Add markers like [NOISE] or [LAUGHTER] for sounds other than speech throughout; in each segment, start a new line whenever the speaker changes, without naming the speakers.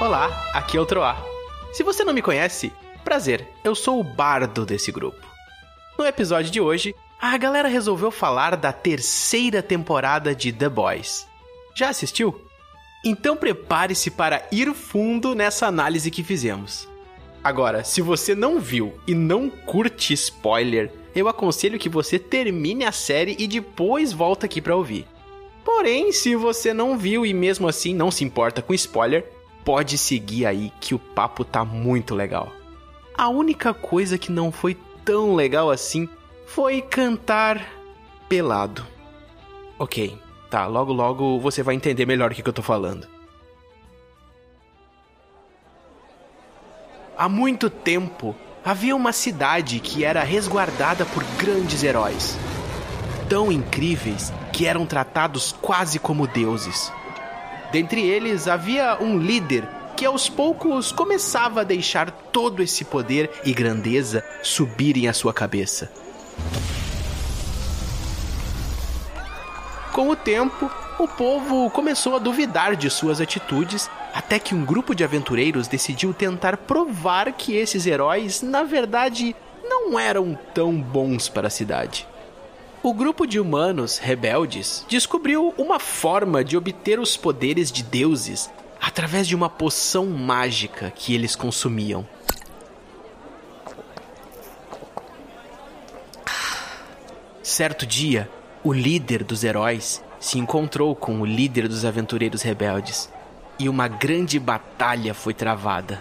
Olá, aqui é o Troá. Se você não me conhece, prazer, eu sou o bardo desse grupo. No episódio de hoje, a galera resolveu falar da terceira temporada de The Boys. Já assistiu? Então prepare-se para ir fundo nessa análise que fizemos. Agora, se você não viu e não curte spoiler, eu aconselho que você termine a série e depois volta aqui para ouvir. Porém, se você não viu e mesmo assim não se importa com spoiler, pode seguir aí que o papo tá muito legal. A única coisa que não foi tão legal assim foi cantar pelado. OK, tá, logo logo você vai entender melhor o que, que eu tô falando. Há muito tempo, havia uma cidade que era resguardada por grandes heróis. Tão incríveis que eram tratados quase como deuses. Dentre eles havia um líder que aos poucos começava a deixar todo esse poder e grandeza subirem à sua cabeça. Com o tempo, o povo começou a duvidar de suas atitudes, até que um grupo de aventureiros decidiu tentar provar que esses heróis, na verdade, não eram tão bons para a cidade. O grupo de humanos rebeldes descobriu uma forma de obter os poderes de deuses através de uma poção mágica que eles consumiam. Certo dia, o líder dos heróis se encontrou com o líder dos aventureiros rebeldes e uma grande batalha foi travada.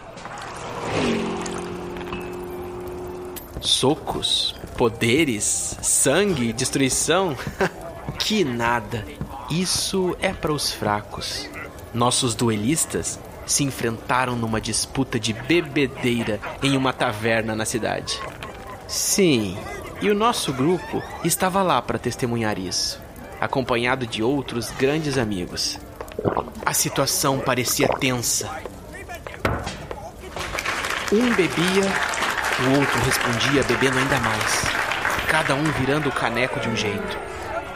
Socos, poderes, sangue, destruição? [LAUGHS] que nada! Isso é para os fracos. Nossos duelistas se enfrentaram numa disputa de bebedeira em uma taverna na cidade. Sim, e o nosso grupo estava lá para testemunhar isso acompanhado de outros grandes amigos. A situação parecia tensa. Um bebia, o outro respondia bebendo ainda mais, cada um virando o caneco de um jeito.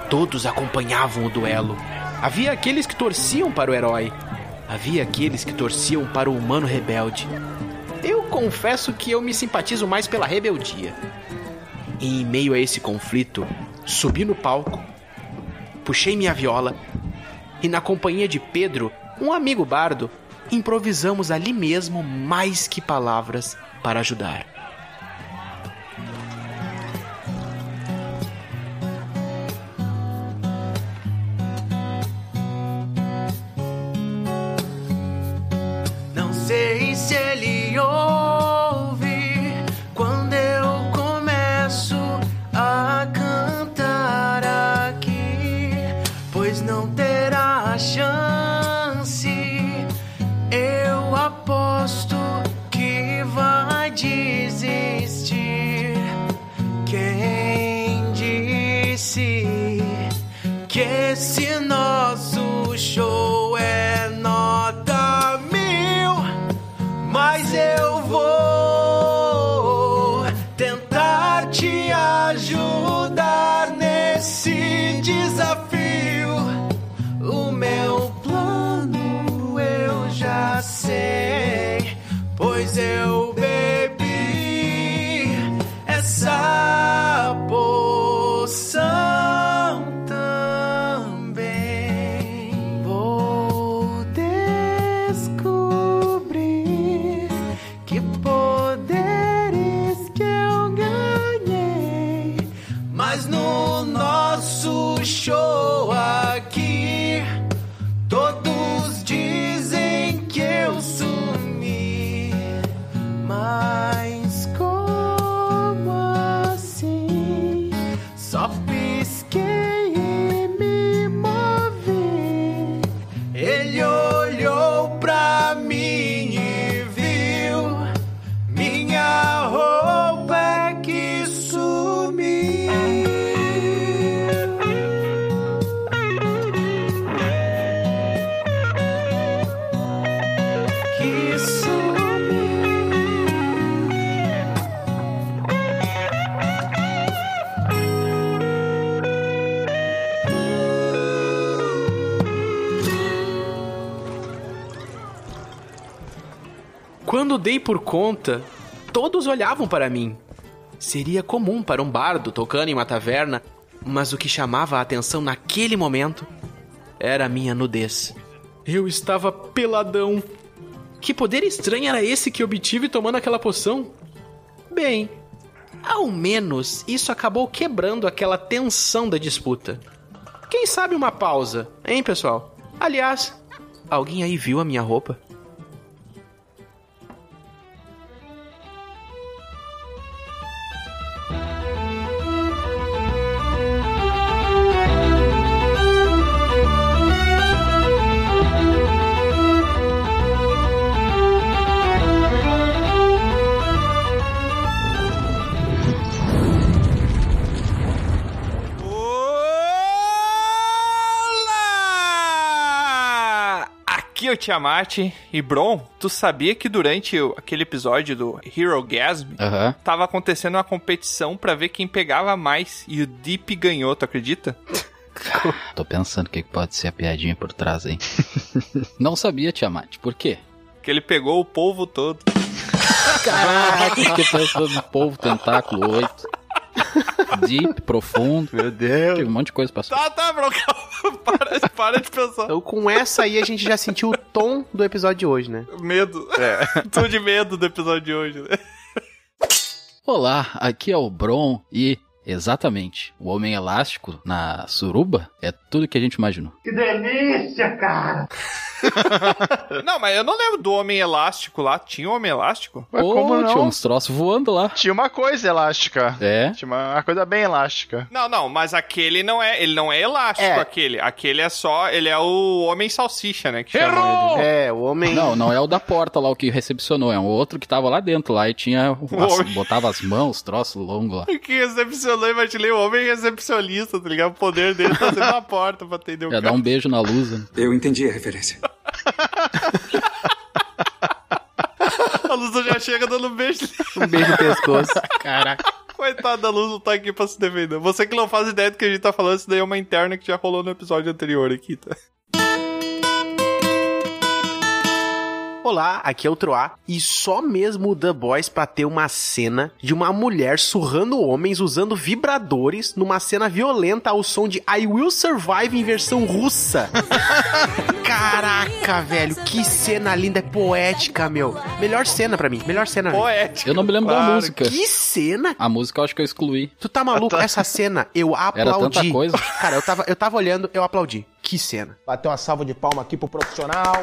Todos acompanhavam o duelo. Havia aqueles que torciam para o herói, havia aqueles que torciam para o humano rebelde. Eu confesso que eu me simpatizo mais pela rebeldia. E em meio a esse conflito, subi no palco puxei minha viola e, na companhia de Pedro, um amigo bardo, improvisamos ali mesmo mais que palavras para ajudar.
Não sei se ele ouve quando eu começo a cantar aqui, pois não terá chance. Eu aposto que vai desistir. Quem disse que esse nosso show é nota mil? Mas eu vou tentar te ajudar nesse desafio. O meu plano eu já
assim?
sei.
é Quando dei por conta, todos olhavam para mim. Seria comum para um bardo tocando em uma taverna, mas o que chamava a atenção naquele momento era a minha nudez. Eu estava peladão. Que poder estranho era esse que obtive tomando aquela poção? Bem, ao menos isso acabou quebrando aquela tensão da disputa. Quem sabe uma pausa, hein, pessoal? Aliás, alguém aí viu a minha roupa?
Olá! Aqui é o Tiamat e Bron, tu sabia que durante o- aquele episódio do Hero Gasm
É.
Aham.
tava acontecendo uma competição pra ver quem pegava mais e o Deep ganhou, tu acredita?
Tô pensando o que que pode ser a piadinha por trás, hein? Não sabia, Tiamat. Por quê?
Que ele pegou o povo todo.
Caraca, fiquei pensando no povo, tentáculo, oito. Deep, profundo.
Meu Deus.
Teve um monte de coisa passou.
Tá, tá, Bron, [LAUGHS] calma, para, para de pensar.
Então, com essa aí, a gente já sentiu o tom do episódio de hoje, né?
Medo. [LAUGHS] Tô de medo do episódio de hoje, né?
Olá, aqui é o Bron e. Exatamente. O homem elástico na suruba é tudo que a gente imaginou.
Não, mas eu não lembro do Homem Elástico lá. Tinha um Homem Elástico?
Mas como
Pô,
não?
tinha uns troços voando lá.
um- Tinha uma coisa elástica.
É.
Tinha uma, uma coisa bem elástica.
Não, não, mas aquele não é, ele não é elástico,
É.
aquele. Aquele é só, ele é o Homem Salsicha, né, que chamam ele.
É, o homem.
Não, não é o da porta lá o que recepcionou, é um outro que tava lá dentro lá e tinha. as- botava as mãos, troço longo lá.
[LAUGHS] Que recepcionou, imaginei o homem recepcionista, tá ligado? O poder dele tá sendo na porta pra atender o cara.
Ia dar um beijo na luz. né?
Eu entendi a referência.
A Lusa já chega dando um beijo. [LAUGHS]
Um beijo no pescoço.
Caraca.
Coitado da Luz não tá aqui pra se defender. Você que não faz ideia do que a gente tá falando, isso daí é uma interna que já rolou no episódio anterior aqui, tá?
Olá, aqui é o Troá. E só mesmo o The Boys pra ter uma cena de uma mulher surrando homens usando vibradores numa cena violenta ao som de I Will Survive em versão russa. [LAUGHS] Caraca, velho, que cena linda, é poética, meu. Melhor cena pra mim, melhor cena.
[LAUGHS] Poético.
Eu não me lembro da
claro.
música.
Que cena?
A música eu acho que eu excluí.
Tu tá
[LAUGHS]
maluco? Essa cena eu aplaudi.
tanta coisa.
Cara, eu tava, eu tava olhando, eu aplaudi. Que cena.
Bater uma salva de palma aqui pro profissional.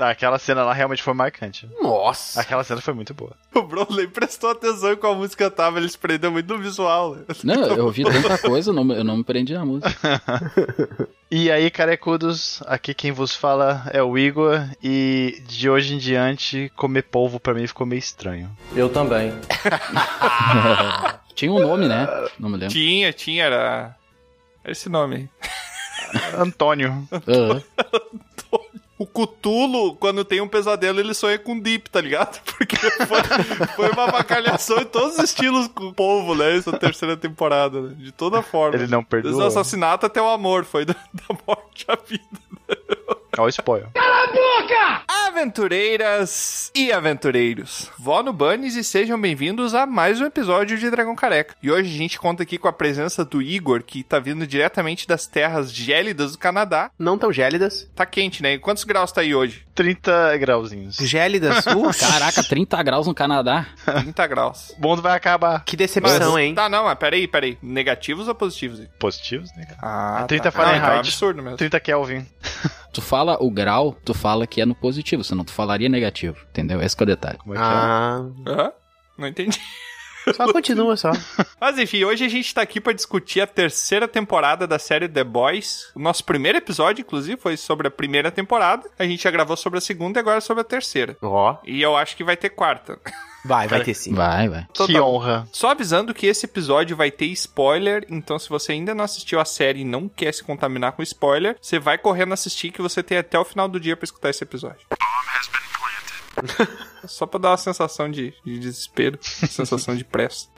Ah, Aquela cena lá realmente foi marcante.
Nossa.
Aquela cena foi muito boa.
O Broly prestou atenção em qual música tava, ele se prendeu muito no visual. né?
Não, eu ouvi tanta coisa, não, eu não me prendi na música. [LAUGHS]
E aí, carecudos, aqui quem vos fala é o Igor. E de hoje em diante, comer polvo pra mim ficou meio estranho.
Tinha um nome, né? Não me lembro.
Tinha, tinha, era. era Esse nome.
Antônio.
Aham.
O Cutulo, quando tem um pesadelo, ele sonha com Deep, tá ligado? [LAUGHS] Porque foi, foi uma avacalhação em todos os estilos com o povo, né? Essa terceira temporada, né? De toda forma.
Ele não
Desde
perdoa.
o assassinato até o amor, foi do- da morte à vida.
Ó, o spoiler. [LAUGHS]
Aventureiras e aventureiros, vó no Bunnies e sejam bem-vindos a mais um episódio de Dragão Careca. E hoje a gente conta aqui com a presença do Igor, que tá vindo diretamente das terras gélidas do Canadá.
Não tão gélidas.
Tá quente, né? E quantos graus tá aí
[LAUGHS]
hoje?
30 grauzinhos.
Gélidas. Uh,
[LAUGHS] Caraca, 30 graus no Canadá.
30 graus.
O mundo vai acabar.
Que decepção, hein?
Tá, não, mas peraí, peraí. Negativos ou positivos?
Positivos, né, cara?
Ah,
30
tá. Não, então é um
Fahrenheit.
absurdo mesmo.
30 Kelvin.
Tu fala o grau, tu fala que é no positivo, senão tu falaria negativo, entendeu? Esse que é o detalhe.
Como é
então.
que
Ah,
Hã? Não entendi.
só continua só.
Mas enfim, hoje a gente tá aqui pra discutir a terceira temporada da série The Boys. O nosso primeiro episódio, inclusive, foi sobre a primeira temporada. A gente já gravou sobre a segunda e agora sobre a terceira.
Ó,
E eu acho que vai ter quarta.
vai, vai ter sim.
Vai, vai.
é? Que
Total.
honra.
Só avisando que esse episódio vai ter spoiler, então se você ainda não assistiu a série e não quer se contaminar com spoiler, você vai correndo assistir que você tem até o final do dia pra escutar esse episódio. [LAUGHS] Só pra dar uma sensação de, de desespero, sensação de pressa.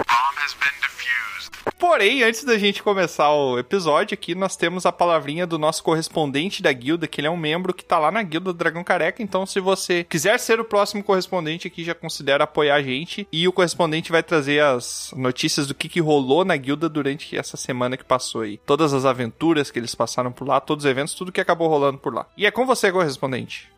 Porém, antes da gente começar o episódio aqui, nós temos a palavrinha do nosso correspondente da guilda, que ele é um membro que tá lá na guilda do Dragão Careca. Então, se você quiser ser o próximo correspondente aqui, já considera apoiar a gente. E o correspondente vai trazer as notícias do que, que rolou na guilda durante essa semana que passou aí. Todas as aventuras que eles passaram por lá, todos os eventos, tudo que acabou rolando por lá. E é com você, correspondente.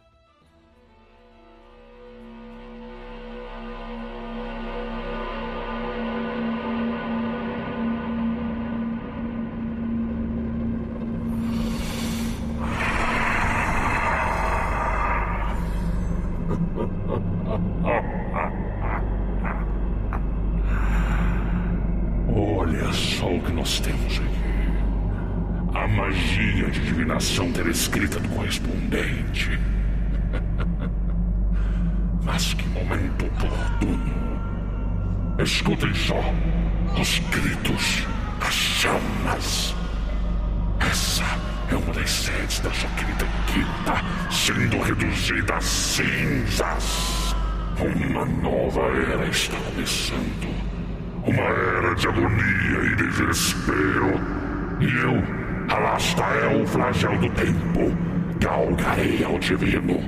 Olha só o que nós temos aqui. A magia de divinação telescrita do correspondente. [LAUGHS] Mas que momento oportuno. Escutem só os gritos, as chamas. Essa é uma das sedes da sua querida quinta sendo reduzida a cinzas. Uma nova era está começando. Uma era de agonia e desespero. E eu, Alastael, flagel do tempo, galgarei ao divino.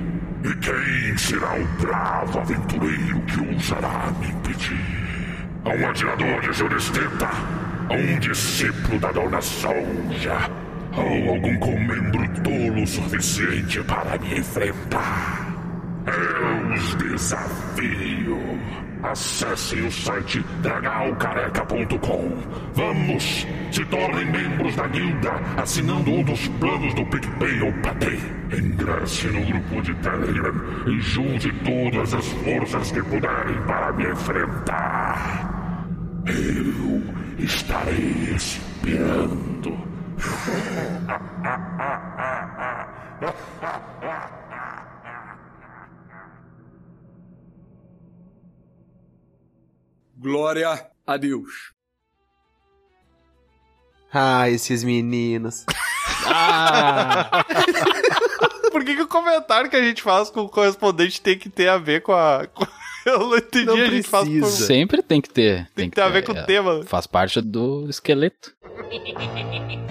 E quem será o bravo aventureiro que ousará me impedir? A um atirador de Juristeta, a um discípulo da Dona Sonja, ou algum comembro tolo o suficiente para me enfrentar. Eu os desafio. Acessem o site dragalcareca.com. Vamos! Se tornem membros da guilda assinando um dos planos do PicPay ou Patei. Ingresse no grupo de Telegram e junte todas as forças que puderem para me enfrentar. Eu estarei esperando.
Glória a Deus.
Ah, esses meninos.
[LAUGHS] Por que, que o comentário que a gente faz com o correspondente tem que ter a ver com a. [LAUGHS] com- Eu não entendi,
Não
a gente faz por.
precisa.
Sempre tem que ter.
é. Tem que ter a ver com o
é,
tema.
Faz parte do esqueleto.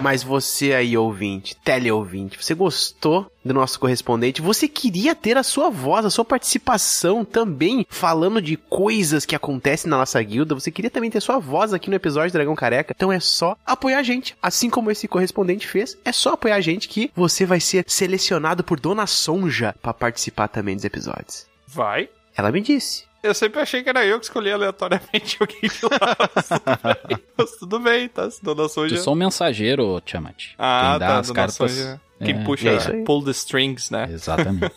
Mas você aí, ouvinte, teleouvinte, você gostou do nosso correspondente? Você queria ter a sua voz, a sua participação também falando de coisas que acontecem na nossa guilda? Você queria também ter sua voz aqui no episódio Dragão Careca? Então é só apoiar a gente. Assim como esse correspondente fez, é só apoiar a gente que você vai ser selecionado por Dona Sonja pra participar também dos episódios.
Vai.
Ela me disse.
Eu sempre achei que era eu que escolhi aleatoriamente [LAUGHS] alguém de lá. Mas tudo bem. Mas tudo bem, tá? Se dona
Eu
Soja.
sou um mensageiro, ô Tiamat.
Ah,
Quem dá
tá.
as
Dona
cartas.
Soja. Quem
É,
puxa,
é isso aí.
pull the strings, né?
Exatamente.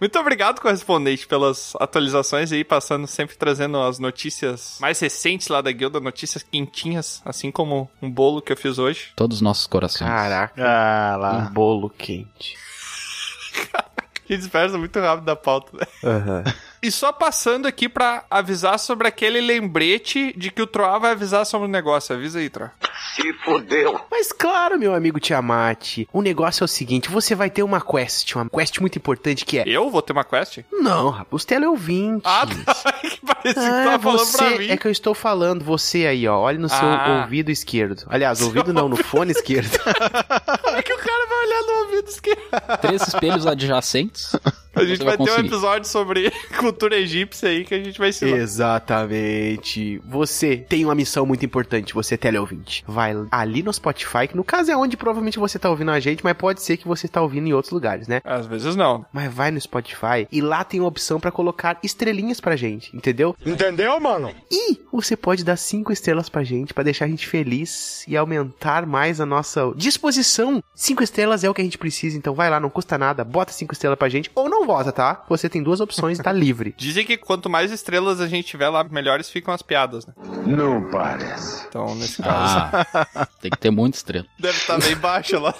Muito obrigado, correspondente, pelas atualizações aí, passando sempre trazendo as notícias mais recentes lá da guilda, notícias quentinhas, assim como um bolo que eu fiz hoje.
Todos os nossos corações.
Caraca,
Ah
um
lá.
bolo quente.
Que dispersa muito rápido da pauta, né? E só passando aqui pra avisar sobre aquele lembrete de que o Troá vai avisar sobre o negócio. Avisa aí, Troá.
Mas claro, meu amigo Tiamat, o negócio é o seguinte, você vai ter uma quest, uma quest muito importante que é...
Eu vou ter uma quest?
Não, rapaz, os teleouvintes.
Ah, [LAUGHS] tá. que parece que
Ah,
tava falando
você,
pra mim.
é que eu estou falando, você aí, ó, olha no seu
Ah.
ouvido esquerdo. Aliás, ouvido não, no fone esquerdo.
[LAUGHS] Como é que o cara vai olhar no ouvido esquerdo?
Três espelhos adjacentes.
A gente
Você
vai ter um
conseguir.
episódio sobre cultura egípcia aí que a gente vai se
Exatamente. Você tem uma missão muito importante, você teleouvinte. Vai ali no Spotify, que no caso é onde provavelmente você tá ouvindo a gente, mas pode ser que você tá ouvindo em outros lugares, né?
Às vezes não.
Mas vai no Spotify e lá tem uma opção pra colocar estrelinhas pra gente, entendeu?
Entendeu, mano?
E você pode dar cinco estrelas pra gente, pra deixar a gente feliz e aumentar mais a nossa disposição. Cinco estrelas é o que a gente precisa, então vai lá, não custa nada, bota cinco estrelas pra gente ou não vota, tá? Você tem duas opções,
[LAUGHS]
tá livre.
Dizem que quanto mais estrelas a gente tiver lá, melhores ficam as piadas, né?
Não parece.
[LAUGHS] Então, nesse caso,
Ah, tem que ter muita estrela.
deve estar bem baixa tá lá.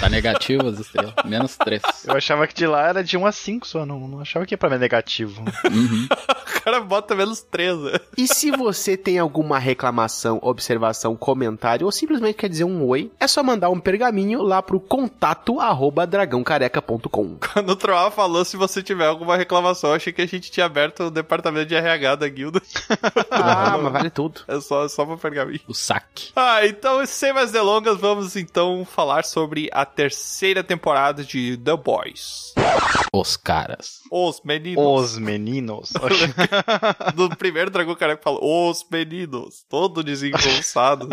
Tá negativo as estrelas. Menos três.
Eu achava que de lá era de 1 a 5 só, não, não achava que ia pra mim negativo.
Uhum.
[LAUGHS] O cara bota menos 3, né? [LAUGHS]
E se você tem alguma reclamação, observação, comentário ou simplesmente quer dizer um oi, é só mandar um pergaminho lá pro contato arroba dragãocareca.com.
Quando o Troá falou se você tiver alguma reclamação, eu achei que a gente tinha aberto o departamento de RH da guilda. [LAUGHS]
Ah, mas vale tudo.
É só, é só pra pegar mim.
O saque.
Ah, então, sem mais delongas, vamos então falar sobre a terceira temporada de The Boys.
Os caras.
Os meninos.
Os [LAUGHS] meninos. Oxe.
No primeiro Dragão Careca falou, os meninos, todo desengonçado.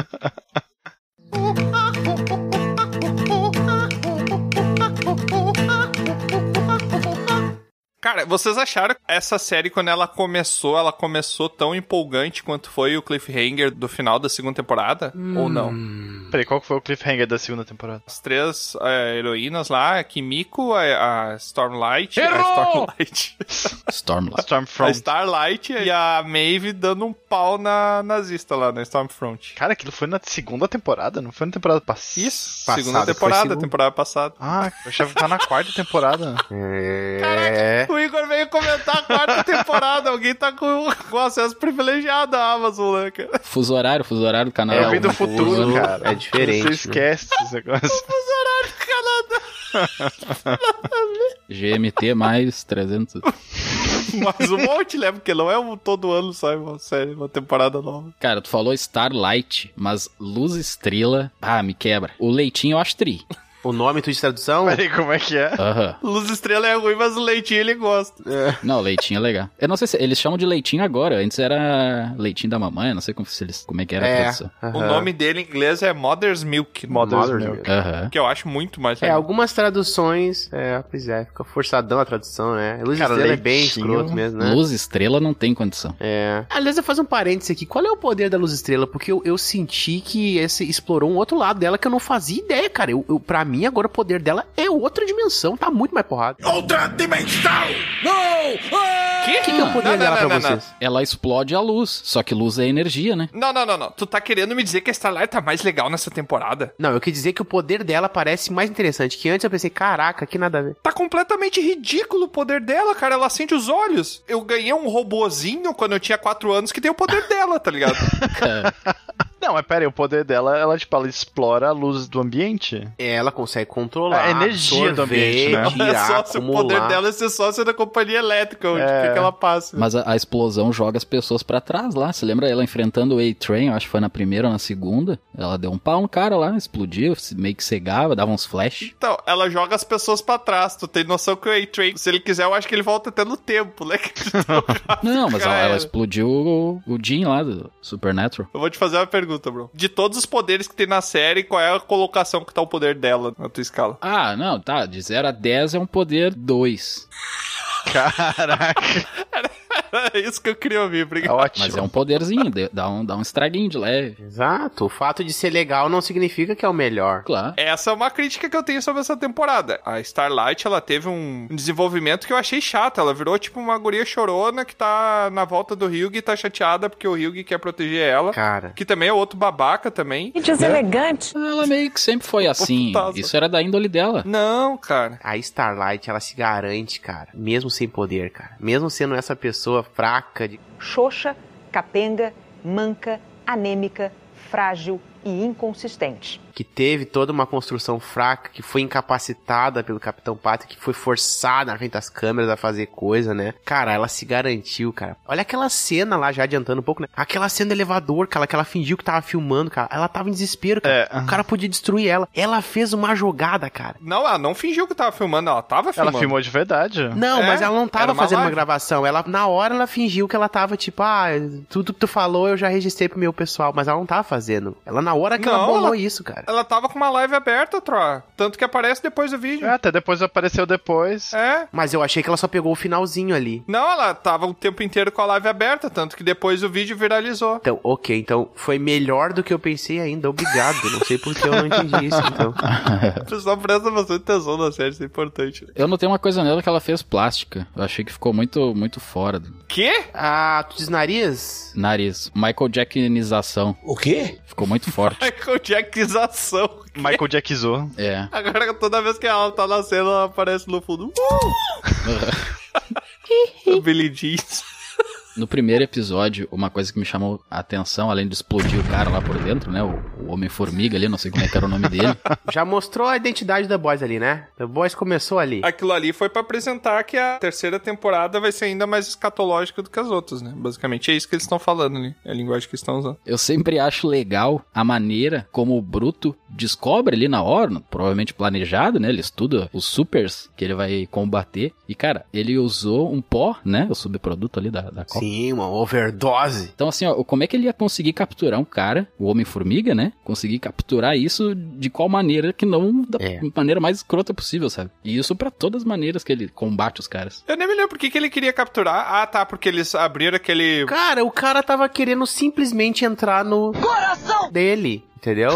Cara, vocês acharam essa série quando ela começou, ela começou tão empolgante quanto foi o cliffhanger do final da segunda temporada? Ou não?
Peraí, qual que foi o cliffhanger da segunda temporada?
As três é, heroínas lá, a Kimiko, a, a Stormlight, a
Errou!
Stormlight,
Stormlight.
a
Stormfront.
Starlight e a Maeve dando um pau na nazista lá na Stormfront.
Cara, aquilo foi na segunda temporada, não foi na temporada passada.
Isso,
Passada,
segunda
que foi
temporada,
segunda.
temporada passada.
Ah, eu achava que tá na quarta temporada.
É.
O Igor veio comentar a quarta [LAUGHS] temporada, alguém tá com, com acesso privilegiado à Amazon, né, [LAUGHS] cara?
Fuso horário, fuso horário do canal. um
É, eu vim do
Fuso
futuro,
horário.
cara.
É diferente.
Você esquece esse negócio.
GMT mais 300.
Mas um monte, né? Porque não é um, todo ano sai uma série, uma temporada nova.
Cara, tu falou Starlight, mas Luz Estrela. Ah, me quebra. O Leitinho eu acho tri.
O nome tu de tradução?
[LAUGHS] Peraí, como é que é?
Aham.
Luz Estrela é ruim, mas o Leitinho ele gosta.
Não, Leitinho é legal. Eu não sei se eles chamam de Leitinho agora. Antes era Leitinho da mamãe, eu não sei como, se eles, como é que era a
É.
tradução.
O
Aham.
nome dele em inglês é Mother's Milk.
Mother's
Mother's
Milk.
Milk.
Aham.
Que eu acho muito mais
É,
legal.
algumas traduções, é, pois é, fica forçadão a tradução, né? Luz
Cara,
Estrela é bem
leitinho.
escroto mesmo, né?
Luz Estrela não tem condição.
É. Aliás, eu fazer um parênteses aqui. Qual é o poder da luz estrela? Porque eu, eu senti que esse explorou um outro lado dela que eu não fazia ideia, cara. Eu, eu, pra mim, agora o poder dela é outra dimensão. Tá muito mais porrada.
Outra dimensão!
O que, que é o poder
Não, não,
dela
não,
pra
não,
vocês?
Ela explode a luz, só que luz é energia,
[LAUGHS]
né?
Não, não, não, não. Tu tá querendo me dizer que a Starlight tá mais legal nessa temporada?
Não, eu quis dizer que o poder dela parece mais interessante. Que antes eu pensei, caraca, que nada a ver.
Tá completamente ridículo o poder dela, cara. Ela acende os olhos. Eu ganhei um robozinho quando eu tinha 4 anos que tem o poder dela, tá ligado?
Não, mas peraí, o poder dela, ela, tipo, ela explora a luz do ambiente.
Ela consegue controlar
A É energia do ambiente, né?
absorver, tirar,
é só se o
acumular.
poder dela é ser sócio da companhia elétrica, onde
É.
quer que ela passe. né?
Mas a, a explosão joga as pessoas pra trás lá. Você lembra ela enfrentando o A-Train, eu acho que foi na primeira ou na segunda. Ela deu um pau no cara lá, explodiu, se- meio que cegava, dava
[LAUGHS]
uns flash.
Então, ela joga as pessoas pra trás. Tu tem noção que o A-Train, se ele quiser, eu acho que ele volta até no tempo, né? [LAUGHS]
Não, mas ela,
Cara.
ela explodiu o, o Jean lá do Supernatural.
Eu vou te fazer uma pergunta, bro. De todos os poderes que tem na série, qual é a colocação que tá o poder dela na tua escala? [LAUGHS]
Ah, não, tá. De 0 a 10 é um poder 2.
Caraca,
É isso que eu queria ouvir,
é
obrigado.
ótimo.
Mas é um poderzinho,
[LAUGHS]
de- dá um, dá um estraguinho de leve.
Exato. O fato de ser legal não significa que é o melhor.
Claro.
Essa é uma crítica que eu tenho sobre essa temporada. A Starlight, ela teve um desenvolvimento que eu achei chato. Ela virou tipo uma guria chorona que tá na volta do Ryug e tá chateada porque o Ryug quer proteger ela.
Cara.
Que também é outro babaca também.
Que deselegante.
Ela meio que sempre foi assim.
Putaça.
Isso era da índole dela.
Não, cara.
A Starlight, ela se garante, cara. Mesmo sem poder, cara. Mesmo sendo essa pessoa fraca de.
Xoxa, capenga, manca, anêmica, frágil e inconsistente.
que teve toda uma construção fraca, que foi incapacitada pelo Capitão Pátria, que foi forçada na frente das câmeras a fazer coisa, né? Cara, ela se garantiu, cara. Olha aquela cena lá, já adiantando um pouco, né? Aquela cena do elevador, cara, que ela fingiu que tava filmando, cara. Ela tava em desespero, cara.
É.
O cara podia destruir ela. Ela fez uma jogada, cara.
Não, ela não fingiu que tava filmando, ela tava
Ela
filmando.
filmou de verdade.
Não,
É,
mas ela não
era
tava
uma
fazendo uma
live.
gravação. Ela, na hora, ela fingiu que ela tava, tipo, ah, tudo que tu falou eu já registrei pro meu pessoal. Mas ela não tava fazendo. Ela, na hora que ela
Não,
bolou
ela-
isso, cara.
Ela tava com uma live aberta, Tro. Tanto que aparece depois do
É,
vídeo.
até depois apareceu depois.
É.
Mas eu achei que ela só pegou o finalzinho ali.
Não, ela tava o tempo inteiro com a live aberta, tanto que depois o vídeo
[LAUGHS]
viralizou.
Então, ok, então foi melhor do que eu pensei ainda, obrigado. Não sei porque eu não entendi isso, então.
O pessoal presta bastante atenção na série, isso é importante.
Eu notei uma coisa nela que ela fez plástica. Eu achei que ficou muito, muito fora do
[LAUGHS]
Quê?
[LAUGHS] Ah, tu diz nariz?
nariz. Michael Jackinização.
O quê?
Ficou
[LAUGHS]
muito forte.
Michael
é
Jackização.
Michael Jackizou.
É.
Agora toda vez que ela tá na cena, ela aparece no fundo. Uh! [LAUGHS] o Billy Jeans.
No primeiro episódio, uma coisa que me chamou a atenção, além de explodir o cara lá por dentro, né? O, o Homem-Formiga ali, não sei como é que era o
[LAUGHS]
nome dele.
Já mostrou a identidade da Boys ali, né? The Boys começou ali.
Aquilo ali foi pra apresentar que a terceira temporada vai ser ainda mais escatológica do que as outras, né? Basicamente é isso que eles estão falando ali. É a linguagem que eles estão usando.
Eu sempre acho legal a maneira como o Bruto descobre ali na hora, provavelmente planejado, né? Ele estuda os supers que ele vai combater. E, cara, ele usou um pó, né? O subproduto ali da, da Copa.
Sim, uma overdose.
Então, assim, ó, como é que ele ia conseguir capturar um cara, o Homem-Formiga, né? Conseguir capturar isso de qual maneira que não da
É.
maneira mais escrota possível, sabe? E isso pra todas as maneiras que ele combate
[LAUGHS]
os caras.
Eu nem me lembro por que, que ele queria capturar. Ah, tá, porque eles abriram aquele.
Cara, o cara tava querendo simplesmente entrar no coração dele,
[LAUGHS]
entendeu?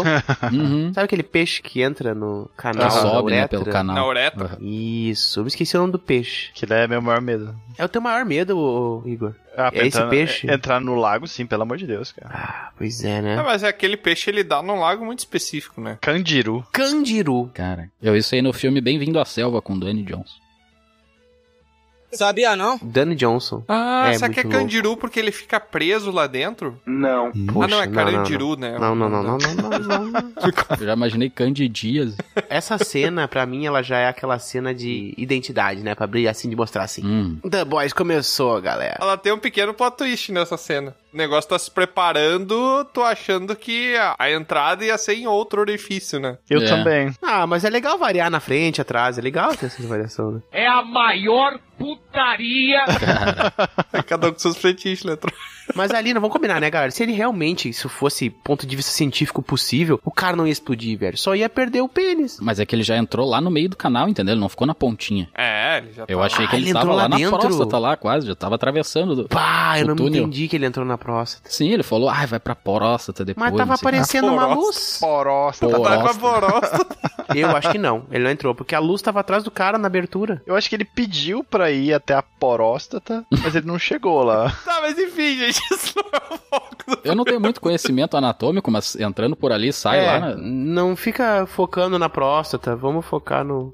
Uhum.
Sabe aquele peixe que entra no canal
Que
da
sobe, né,
uretra?
pelo canal.
Na uretra.
Uhum.
Isso, eu me esqueci o nome do peixe.
Que daí é meu maior medo.
É o teu maior medo, ô, ô, Igor.
Ah,
É esse
tentando-
peixe?
Entrar no lago, sim, pelo amor de Deus, cara.
Ah, pois é,
Ah,
né?
mas aquele peixe ele dá num lago muito específico, né?
Candiru.
Candiru.
Cara, eu vi isso aí no filme Bem-vindo à Selva com Dwayne Johnson.
Sabia não?
Danny Johnson.
Ah,
É,
será que é
muito louco.
candiru porque ele fica preso lá dentro?
Poxa,
Hum.
ah, não, é carandiru, né?
Não, não, não, não, não, não, não, não.
Eu já imaginei Candy Dias.
[LAUGHS] Essa cena, pra mim, ela já é aquela cena de identidade, né? Pra abrir assim, de mostrar assim.
Hum.
The Boys começou, galera.
Ela tem um pequeno plot twist nessa cena. O negócio tá se preparando, tô achando que a- a entrada ia ser em outro orifício, né? [LAUGHS]
Eu
É.
também.
Ah, mas é legal variar na frente, atrás. É legal ter essa variação, né?
É a maior putaria.
Cada um com seus fetiches, né? Tro?
Mas ali, não vamos combinar, né, galera? Se ele realmente, isso fosse ponto de vista científico possível, o cara não ia explodir, velho. Só ia perder o pênis.
Mas é que ele já entrou lá no meio do canal, entendeu? Ele não ficou na pontinha.
É, ele já tá.
Eu achei que
Ah,
ele,
ele
tava
entrou
lá,
lá
na
dentro.
próstata lá, quase, já tava atravessando. do-
Pá, eu
O
não me
túnel.
entendi que ele entrou na próstata.
Sim, ele falou, ai, vai pra próstata depois.
Mas tava
não sei o quê."
aparecendo uma
Porosta.
luz.
Porosta.
Pô.
Tá com a
[LAUGHS]
borosta.
Eu acho que não. Ele não entrou, porque a luz tava atrás do cara na abertura.
Eu acho que ele pediu pra ir até a poróstata,
[LAUGHS]
mas ele não chegou lá.
tá, mas enfim, gente, [LAUGHS] isso não é o foco do...
Eu não tenho muito conhecimento anatômico, mas entrando por ali, sai
é,
lá. na-
não fica focando na próstata. Vamos focar no...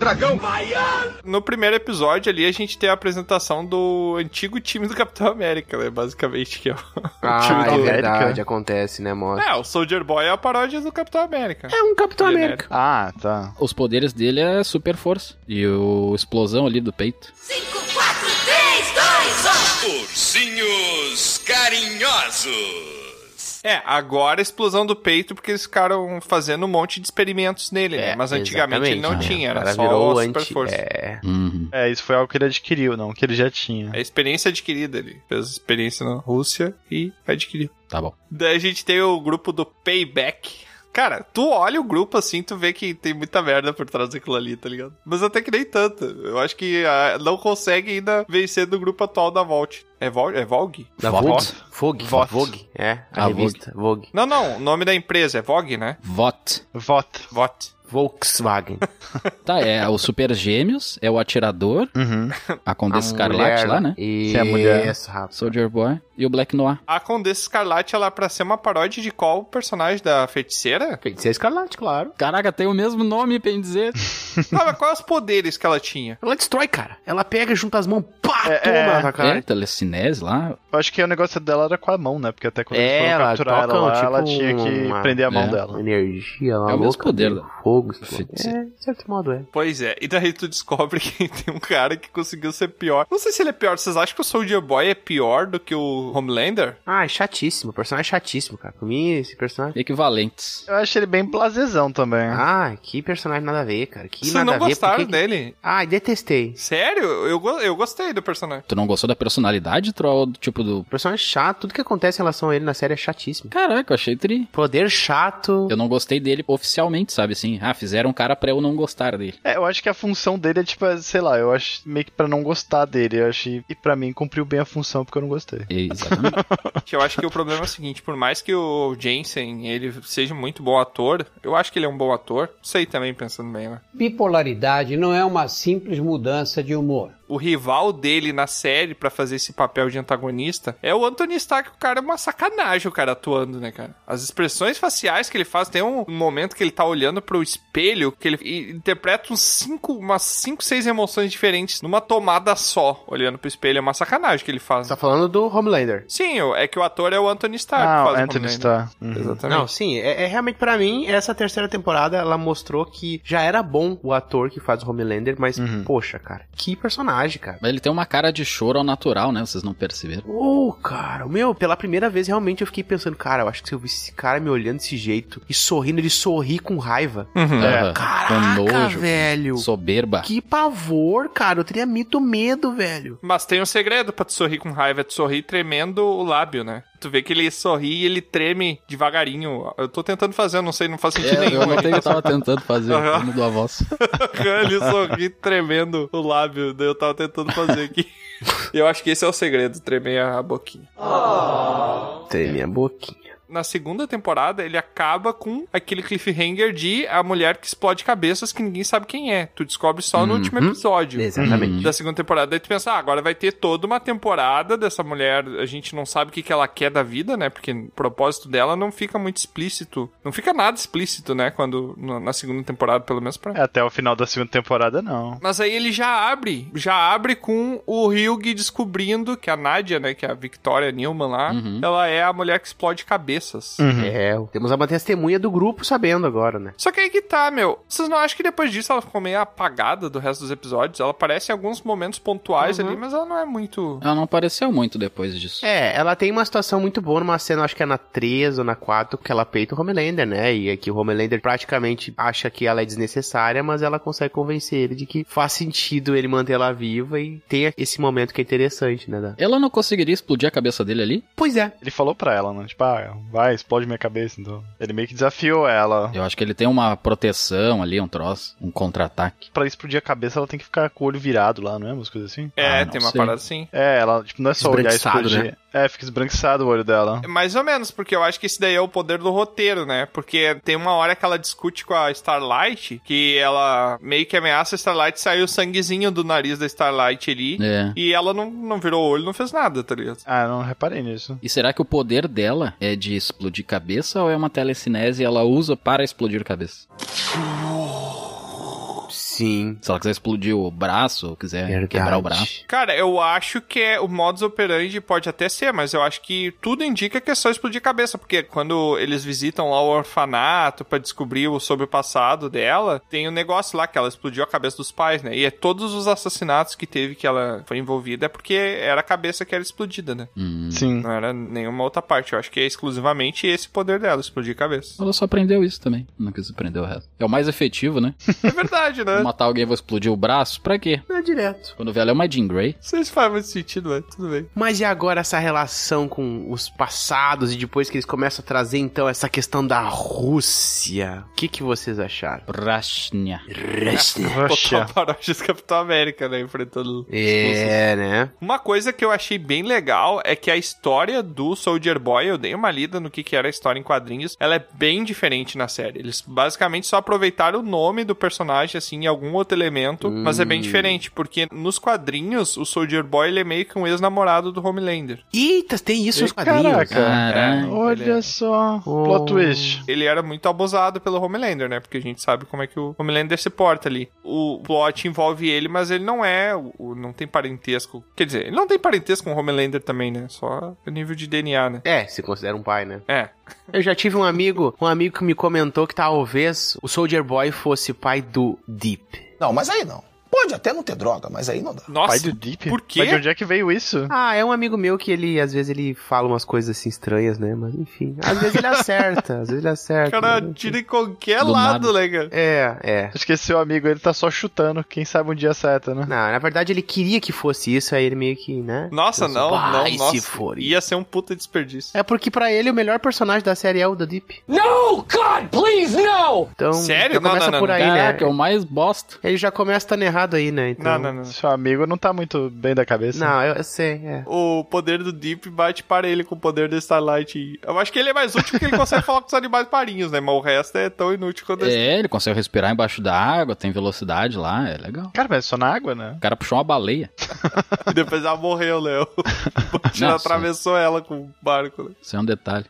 No primeiro episódio ali, a gente tem a apresentação do antigo time do Capitão América, né? Basicamente, que é o [LAUGHS] o time
é
do...
velho.
verdade. Acontece, né, mostra?
É, o Soldier Boy é a paródia do Capitão América.
É um Capitão
Genérico.
América.
Ah, tá.
Os poderes dele é super força. E o explosão ali do peito.
Ursinhos carinhosos.
É, agora a explosão do peito, porque eles ficaram fazendo um monte de experimentos nele, né?
É,
Mas antigamente ele não
exatamente, né?
tinha,
O
era
cara
só
virou
a
anti-
super força.
É.
Uhum.
É, isso foi algo que ele adquiriu, não, que ele já tinha.
A experiência adquirida ali. Fez experiência na Rússia e adquiriu.
Tá bom.
Daí a gente tem o grupo do Payback. Cara, tu olha o grupo assim, tu vê que tem muita merda por trás daquilo ali, tá ligado? Mas até que nem tanto. Eu acho que ah, não consegue ainda vencer do grupo atual da Vault. É, Vol é Vogue?
Da
Vogue?
Vogue? Vogue.
Vox.
Vogue. É, a
Ah,
revista. Vogue.
Não, não. O nome da empresa é Vogue, né?
Vot.
Voto.
Vot.
[LAUGHS] Volkswagen.
Tá, é o Super Gêmeos, é o Atirador,
Uhum.
a Condessa Escarlate lá, né?
Isso,
Que é a mulher.
rapaz.
Soldier Boy e o Black Noir.
A Condessa Escarlate, ela é pra ser uma paródia de qual personagem da
[LAUGHS]
feiticeira?
Feiticeira Escarlate, é claro.
Caraca, tem o mesmo nome, bem dizer.
Não, mas quais os poderes que ela tinha?
Ela destrói, cara. Ela pega, junta as mãos, pá,
É,
toma
é.
na
É,
cara.
telecinese lá.
Eu acho que o negócio dela era com a mão, né? Porque até quando
É,
eles foram
ela
capturar
toca,
ela lá,
tipo,
ela tinha que
uma-
prender a mão
É.
dela.
Energia, ela
É o mesmo
louca,
poder
meio
da-
fogo. sei lá.
feiticeira.
É, de certo modo é.
Pois é, e daí tu descobre que [LAUGHS] tem um cara que conseguiu ser pior. Não sei se ele é pior, vocês acham que o Soldier Boy é pior do que o Homelander?
Ah, é chatíssimo. O personagem é chatíssimo, cara. Pra mim, esse personagem...
Equivalentes.
Eu acho ele bem blasezão também.
Ah, que personagem nada a ver, cara. Que
né? Vocês
nada
não
a ver.
gostaram
porque...
dele?
Ai, detestei.
Sério? Eu, go- eu gostei do personagem.
Tu não gostou da personalidade, troll? Do tipo do.
O personagem é chato. Tudo que acontece em relação a ele na série é chatíssimo.
Caraca, eu achei tri.
Poder chato.
Eu não gostei dele oficialmente, sabe assim? Ah, fizeram um cara pra eu não gostar dele.
É, eu acho que a função dele é tipo, sei lá, eu acho meio que pra não gostar dele. Eu acho, e pra mim cumpriu bem a função porque eu não gostei.
Exatamente.
Que eu acho que o problema é o seguinte, por mais que o Jensen, ele seja um muito bom ator, eu acho que ele é um bom ator. Sei também, pensando bem, né?
Bipolaridade não é uma simples mudança de humor.
o rival dele na série pra fazer esse papel de antagonista é o Anthony Stark. O cara é uma sacanagem, o cara atuando, né, cara? As expressões faciais que ele faz, tem um momento que ele tá olhando pro espelho, que ele i- interpreta uns cinco, umas 5, 6 emoções diferentes numa tomada só, olhando pro espelho. É uma sacanagem que ele faz.
Você tá falando do Homelander.
Sim, o- é que o ator é o Anthony Uhum. Stark. que
Ah,
faz o
Anthony Uhum.
Homelander.
está.
Exatamente.
Não, sim, é, é realmente pra mim, essa terceira temporada ela mostrou que já era bom o ator que faz o Homelander, mas
Uhum.
poxa, cara, que personagem, cara.
Mas ele tem uma cara de choro ao natural, né? Vocês não perceberam.
Ô, cara, meu, pela primeira vez realmente eu fiquei pensando, cara, eu acho que se eu visse esse cara me olhando desse jeito e sorrindo, ele sorri com raiva.
Uhum.
Aham.
Caraca,
Com nojo.
velho.
Soberba.
Que pavor, cara, eu teria mito medo, velho.
Mas tem um segredo pra tu sorrir com raiva, é tu sorrir tremendo o lábio, né? Tu vê que ele sorri e ele treme devagarinho. Eu tô tentando fazer, eu não sei, não faz sentido
[LAUGHS] É, eu
nenhum.
notei que eu tava tentando fazer
Aham.
o plano do avós.
[LAUGHS] ele sorri tremendo o lábio, daí eu tava tentando fazer aqui. [LAUGHS] eu acho que esse é o segredo, tremer a boquinha.
Treme a boquinha.
Na segunda temporada, ele acaba com aquele cliffhanger de a mulher que explode cabeças que ninguém sabe quem é. Tu descobre só no último episódio.
Hum.
Exatamente.
Uhum.
da segunda temporada. Daí tu pensa, ah, agora vai ter toda uma temporada dessa mulher. A gente não sabe o que, que ela quer da vida, né? Porque o propósito dela não fica muito explícito. Não fica nada explícito, né? Quando na na segunda temporada, pelo menos pra.
É, Até o final da segunda temporada, não.
Mas aí ele já abre, já abre com o Ryug descobrindo que a Nadia, né, que é a Victoria Newman lá,
Uhum.
ela é a mulher que explode cabeças.
Hum.
É, temos uma testemunha do grupo sabendo agora, né?
Só que aí que tá, meu. Vocês não acham que depois disso ela ficou meio apagada do resto dos episódios? Ela aparece em alguns momentos pontuais ali, mas ela não é muito.
Ela não apareceu muito depois disso.
É, ela tem uma situação muito boa numa cena, acho que é na 3 ou na 4, que ela peita o Homelander, né? E é que o Homelander praticamente acha que ela é desnecessária, mas ela consegue convencer ele de que faz sentido ele manter ela viva e tem esse momento que é interessante, né? da-
Ela não conseguiria explodir a cabeça dele ali?
Pois é.
Ele falou pra ela, né? Tipo, ah, vai, explode minha cabeça, então. Ele meio que desafiou ela.
Eu acho que ele tem uma proteção ali, um troço, um contra-ataque.
Pra explodir a cabeça, ela tem que ficar com o olho virado lá, não é? Umas coisas assim.
É,
Ah, não
tem uma
sei.
parada assim.
É, ela, tipo, não é só olhar e
Esbranquiçado,
explodir. É, fica esbranquiçado o olho dela.
Mais ou menos, porque eu acho que esse daí é o poder do roteiro, né? Porque tem uma hora que ela discute com a Starlight, que ela meio que ameaça a Starlight, saiu o sanguezinho do nariz da Starlight ali,
É.
e ela não, não virou o olho, não fez nada, tá ligado?
Ah, não reparei nisso.
E será que o poder dela é de explodir cabeça ou é uma telecinese e ela usa para explodir cabeça?
Sim.
Se ela quiser explodir o braço ou quiser quebrar o braço.
Cara, eu acho que é, o modus operandi pode até ser, mas eu acho que tudo indica que é só explodir a cabeça, porque quando eles visitam lá o orfanato pra descobrir o sobre o passado dela, tem um negócio lá que ela explodiu a cabeça dos pais, né? E é todos os assassinatos que teve que ela foi envolvida é porque era a cabeça que era explodida, né?
Sim.
Não era nenhuma outra parte. Eu acho que é exclusivamente esse poder dela, explodir a cabeça.
Ela só aprendeu isso também. Não quis aprender o resto. É o mais efetivo, né?
É verdade,
[LAUGHS]
né?
Matar alguém vai explodir o braço? Pra quê?
É direto.
Quando vê ela é uma Jean Grey.
Não sei se faz muito sentido, mas tudo bem.
Mas e agora essa relação com os passados e depois que eles começam a trazer então essa questão da Rússia? O que, que vocês acharam?
Brashnia.
Botar
Roxa.
[LAUGHS] o paródia do Capitão América, né? Enfrentando
É, né?
Uma coisa que eu achei bem legal é que a história do Soldier Boy, eu dei uma lida no que, que era a história em quadrinhos, ela é bem diferente na série. Eles basicamente só aproveitaram o nome do personagem, assim, em algum outro elemento, mas é bem diferente, porque nos quadrinhos, o Soldier Boy, ele é meio que um ex-namorado do Homelander.
Eita, tem isso nos quadrinhos. né?
Caraca.
É,
Caralho.
Olha só. Plot twist.
Ele era muito abusado pelo Homelander, né? Porque a gente sabe como é que o Homelander se porta ali. O plot envolve ele, mas ele não é. o- o- Não tem parentesco. Quer dizer, ele não tem parentesco com o Homelander também, né? Só nível de DNA, né?
É, se considera um pai, né?
É,
Eu já tive um amigo, um amigo que me comentou que talvez o Soldier Boy fosse pai do Deep.
Não, mas aí não. Pode até não ter droga, mas aí não dá.
Nossa,
Pai do Deep?
por quê?
Mas de onde é que veio isso?
Ah, é um amigo meu que ele, às vezes, ele fala umas coisas assim estranhas, né? Mas enfim, às vezes ele acerta, às vezes ele
o
acerta.
cara
né?
tira em qualquer
Do
lado, né, cara?
É, é.
Acho que esse seu amigo, ele tá só chutando. Quem sabe um dia seta, né?
Não, na verdade ele queria que fosse isso, aí ele meio que, né?
Nossa,
Pensou,
não,
"Bah,
não,
e
nossa.
se for isso?"
Ia ser um puta desperdício.
É porque pra ele o melhor personagem da série é o da Deep.
No, God, please, no!
Então,
Sério?
já
Não,
começa
não, não.
por aí,
Caraca, é
né?
o mais bosta.
Ele já começa estando errado errado aí, né? Então...
Não, não, não.
Seu amigo não tá muito bem da cabeça.
Não, eu, eu sei, é.
O poder do Deep bate para ele com o poder do Starlight. Eu acho que ele é mais útil porque ele consegue falar com os animais marinhos, né? Mas o resto é tão inútil quanto esse.
É, ele consegue respirar embaixo da água, tem velocidade lá, é legal.
Cara, mas é só na água, né?
O cara puxou uma baleia.
[LAUGHS]
E Depois ela morreu, Léo. O Batman
Nossa.
atravessou ela com o barco. Né?
Isso é um detalhe.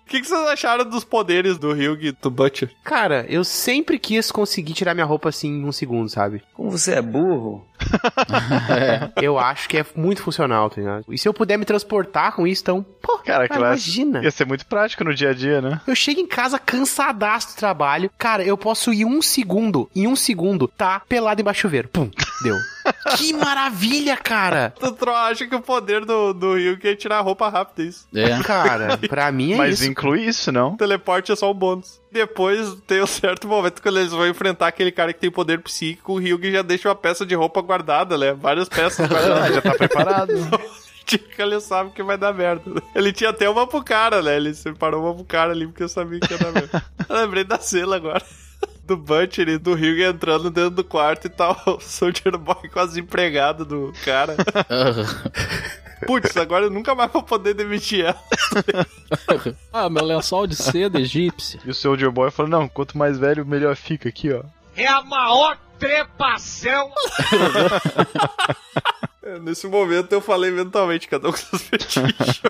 O que, que vocês acharam dos poderes do Hugh e do Butcher?
Cara, eu sempre quis conseguir tirar minha roupa assim em um segundo, sabe?
Como você é burro?
É.
Eu acho que é muito funcional, tá ligado? E se eu puder me transportar com isso, então, pô,
Cara,
cara,
aquela-
imagina.
Ia ser muito prático no dia a dia, né?
Eu chego em casa cansadaço do trabalho. Cara, eu posso ir um segundo, em um segundo, tá pelado embaixo do chuveiro. Pum, deu. que maravilha, cara!
Tu tro- acha que o poder do, do Hugh é tirar a roupa rápido, é isso?
[LAUGHS]
É.
Cara, pra mim é
mas
isso.
inclui isso, não?
[LAUGHS] teleporte é só um bônus. Depois tem um certo momento quando eles vão enfrentar aquele cara que tem poder psíquico, o Hyuga já deixa uma peça de roupa guardada, né? Várias peças [LAUGHS] guardadas. já tá preparado. [LAUGHS] que ele sabe que vai dar merda. né? Ele tinha até uma pro cara, né? Ele separou uma pro cara ali porque eu sabia que ia dar [LAUGHS] merda. Eu lembrei da cena agora. [LAUGHS] Do Butcher e do Hyuga entrando dentro do quarto e tal. [LAUGHS] O Soldier Boy quase empregado do cara. [LAUGHS] Putz, agora eu nunca mais vou poder demitir ela.
ah, meu lençol de seda egípcio.
E o Soldier Boy falou, não, quanto mais velho, melhor fica aqui, ó.
É, Nesse momento eu falei mentalmente, cada um com seus [LAUGHS] fetiches.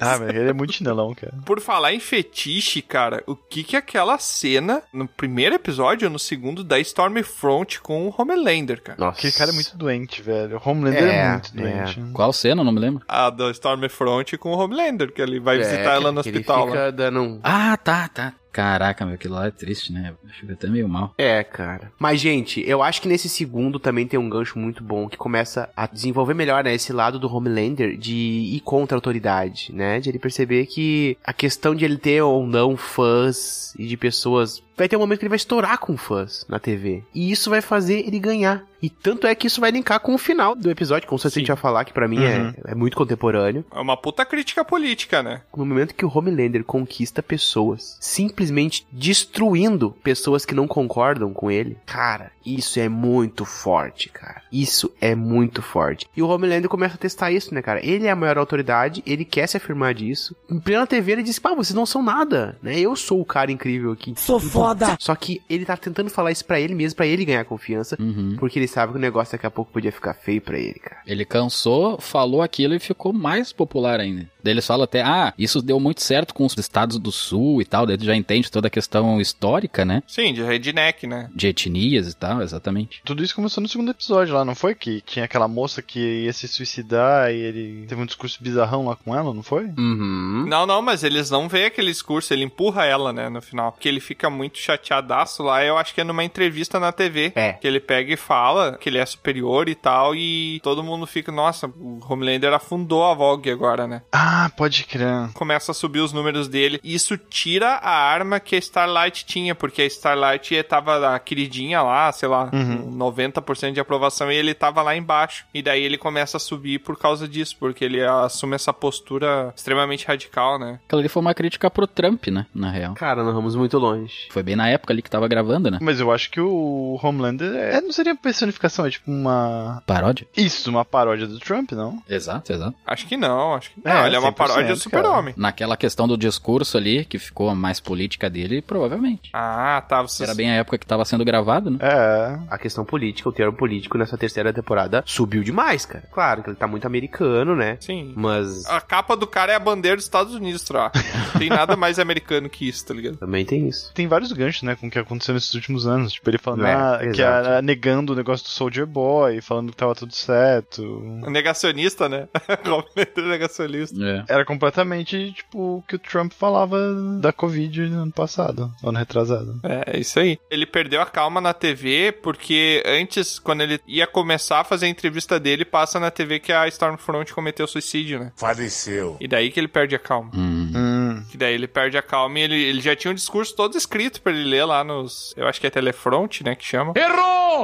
Ah, mas ele é muito chinelão, cara.
Por falar em fetiche, cara, o que que é aquela cena no primeiro episódio ou no segundo da Stormfront com o Homelander, cara?
Nossa.
Aquele cara é muito doente, velho. O Homelander é,
É,
muito doente.
Qual cena? Não me lembro.
A da Stormfront com o Homelander, que ele vai visitar ela no
É, que ele
hospital. lá.
Fica dando um...
Ah, tá, tá. Caraca, meu, aquilo lá é triste, né? Eu Fico até meio mal.
É, cara. Mas, gente, eu acho que nesse segundo também tem um gancho muito bom que começa a desenvolver melhor, né? Esse lado do Homelander de ir contra a autoridade, né? De ele perceber que a questão de ele ter ou não fãs e de pessoas. Vai ter um momento que ele vai estourar com fãs na TV. E isso vai fazer ele ganhar. E tanto é que isso vai linkar com o final do episódio, como se a gente ia falar, que pra mim é-
Uhum.
é muito contemporâneo
É uma puta crítica política, né?
no momento que o Homelander conquista pessoas, simplesmente destruindo pessoas que não concordam com ele, cara, isso é muito forte, cara. Isso é muito forte. E o Homelander começa a testar isso, né, cara? Ele é a maior autoridade, ele quer se afirmar disso. Em plena TV ele diz, pá, vocês não são nada, né? Eu sou o cara incrível aqui. Sou foda! Só que ele tá tentando falar isso pra ele mesmo, pra ele ganhar confiança,
Uhum.
porque ele sabe que o negócio daqui a pouco podia ficar feio pra ele, cara.
Ele cansou, falou aquilo e ficou mais popular ainda. Daí eles falam até, ah, isso deu muito certo com os estados do sul e tal. Daí tu já entende toda a questão histórica, né?
Sim, de redneck, né?
De etnias e tal, exatamente.
Tudo isso começou no segundo episódio lá, não foi? Que tinha aquela moça que ia se suicidar e ele teve um discurso bizarrão lá com ela, não foi?
Uhum.
Não, não, mas eles não veem aquele discurso, ele empurra ela, né, no final. Porque ele fica muito chateadaço lá, eu acho que é numa entrevista na TV.
É.
Que ele pega e fala que ele é superior e tal, e todo mundo fica, nossa, o Homelander afundou a Vogue agora, né?
Ah, pode crer.
começa a subir os números dele. E isso tira a arma que a Starlight tinha, porque a Starlight eh, tava a queridinha lá, sei lá,
Uhum.
com 90% de aprovação, e ele tava lá embaixo. E daí ele começa a subir por causa disso, porque ele assume essa postura extremamente radical, né?
Aquela ali foi uma crítica pro Trump, né? Na real.
Cara, nós vamos muito longe.
Foi bem na época ali que tava gravando, né?
Mas eu acho que o Homelander é, não seria personificação, é tipo uma.
Paródia?
Isso, uma paródia do Trump, não?
Exato, exato.
Acho que não, acho que não.
É,
ele é uma
100%,
paródia
cara.
do super-homem.
Naquela questão do discurso ali, que ficou a mais política dele, provavelmente.
Ah, tá. Vocês...
Era bem a época que tava sendo gravado, né?
É.
a questão política, o termo político nessa terceira temporada subiu demais, cara. Claro que ele tá muito americano, né?
Sim.
Mas
A capa do cara é a bandeira dos Estados Unidos, troca. Não tem nada mais americano que isso, tá ligado?
também tem isso.
Tem vários ganchos, né, com o que aconteceu nesses últimos anos. Tipo, ele falando
É,
ah, que
exato.
era negando o negócio do Soldier Boy, falando que tava tudo certo.
O negacionista, né? [LAUGHS] O Homelander é negacionista.
É.
Era completamente, tipo, o que o Trump falava da Covid no ano passado, ano retrasado.
É, é isso aí. Ele perdeu a calma na TV porque antes, quando ele ia começar a fazer a entrevista dele, passa na TV que a Stormfront cometeu suicídio, né?
Faleceu.
E daí que ele perde a calma.
Hum.
Hum.
Que que daí ele perde a calma e ele, ele já tinha um discurso todo escrito pra ele ler lá nos. Eu acho que é Telefront, né? Que chama.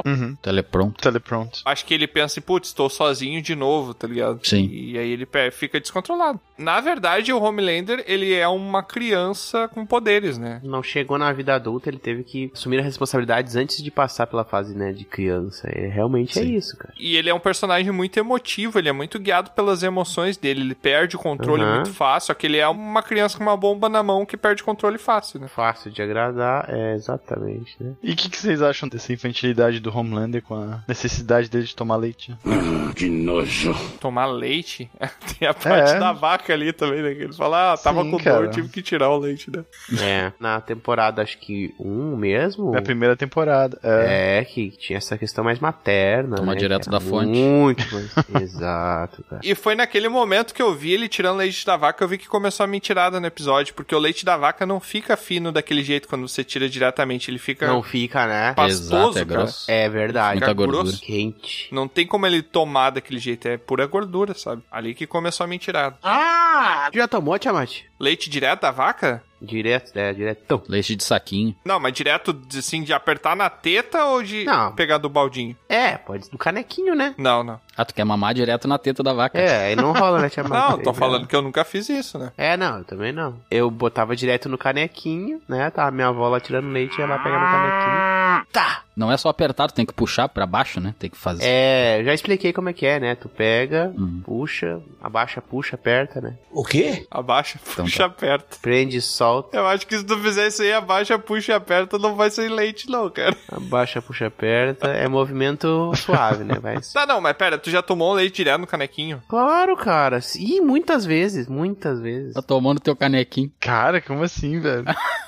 Uhum.
Teleprompter.
Teleprompter.
Acho que ele pensa, putz, estou sozinho de novo, tá ligado?
Sim.
E aí ele pe- fica descontrolado. Na verdade, o Homelander, ele é uma criança com poderes, né?
Não chegou na vida adulta, ele teve que assumir as responsabilidades antes de passar pela fase, né, de criança. É, realmente é
Sim.
isso, cara.
E ele é um personagem muito emotivo, ele é muito guiado pelas emoções dele, ele perde o controle
Uhum.
muito fácil, só que ele é uma criança com uma bomba na mão que perde o controle fácil, né?
É Fácil de agradar, é exatamente,
[LAUGHS]
né?
E o que, que vocês acham dessa infantilidade do Homelander com a necessidade dele de tomar leite?
Ah, que nojo.
Tomar leite, [LAUGHS] tem a parte
É.
da vaca ali também, né? Que ele fala, ah, tava
Sim,
com
cara.
dor, tive que tirar o leite, né?
É, na temporada, acho que um mesmo.
Na É primeira temporada. É.
É, que tinha essa questão mais materna.
Tomar
né,
direto
cara?
da fonte.
Muito mais. Exato, cara.
E foi naquele momento que eu vi ele tirando leite da vaca, eu vi que começou a mentirada no episódio, porque o leite da vaca não fica fino daquele jeito quando você tira diretamente, ele fica
Não fica, né?
pastoso,
Exato,
cara.
é grosso.
É verdade.
Fica
Muita gordura.
grosso.
Quente.
Não tem como ele tomar daquele jeito, é pura gordura, sabe? Ali que começou a mentirada.
Ah! Já tomou, Tiamat?
Leite direto da vaca?
Direto, é, diretão.
Leite de saquinho.
Não, mas direto, de, assim, de apertar na teta ou de
Não.
pegar do baldinho?
É, pode ser do canequinho, né?
Não, não.
Ah, tu quer mamar direto na teta da vaca.
É, aí não rola, né, Tiamat?
[LAUGHS] Não, tô falando que eu nunca fiz isso, né?
[LAUGHS] É, não, eu também não. Eu botava direto no canequinho, né? Tava minha avó lá tirando leite e ela pega no
Ah!
canequinho.
Não é só apertar, tu tem que puxar pra baixo, né? Tem que fazer.
É, eu já expliquei como é que é, né? Tu pega,
Uhum.
Hum.
puxa, abaixa, puxa, aperta, né?
O quê?
Abaixa,
Então
puxa, aperta.
Prende, solta,
Eu acho que se tu fizer isso aí, abaixa, puxa e aperta, não vai sair leite não, cara.
abaixa, puxa, aperta. É movimento suave, né?
[LAUGHS]
Vai.
Tá, não, mas pera, tu já tomou o leite direto no canequinho?
Claro, cara. E muitas vezes, muitas vezes.
Tá tomando teu canequinho.
Cara, como assim, [LAUGHS] velho?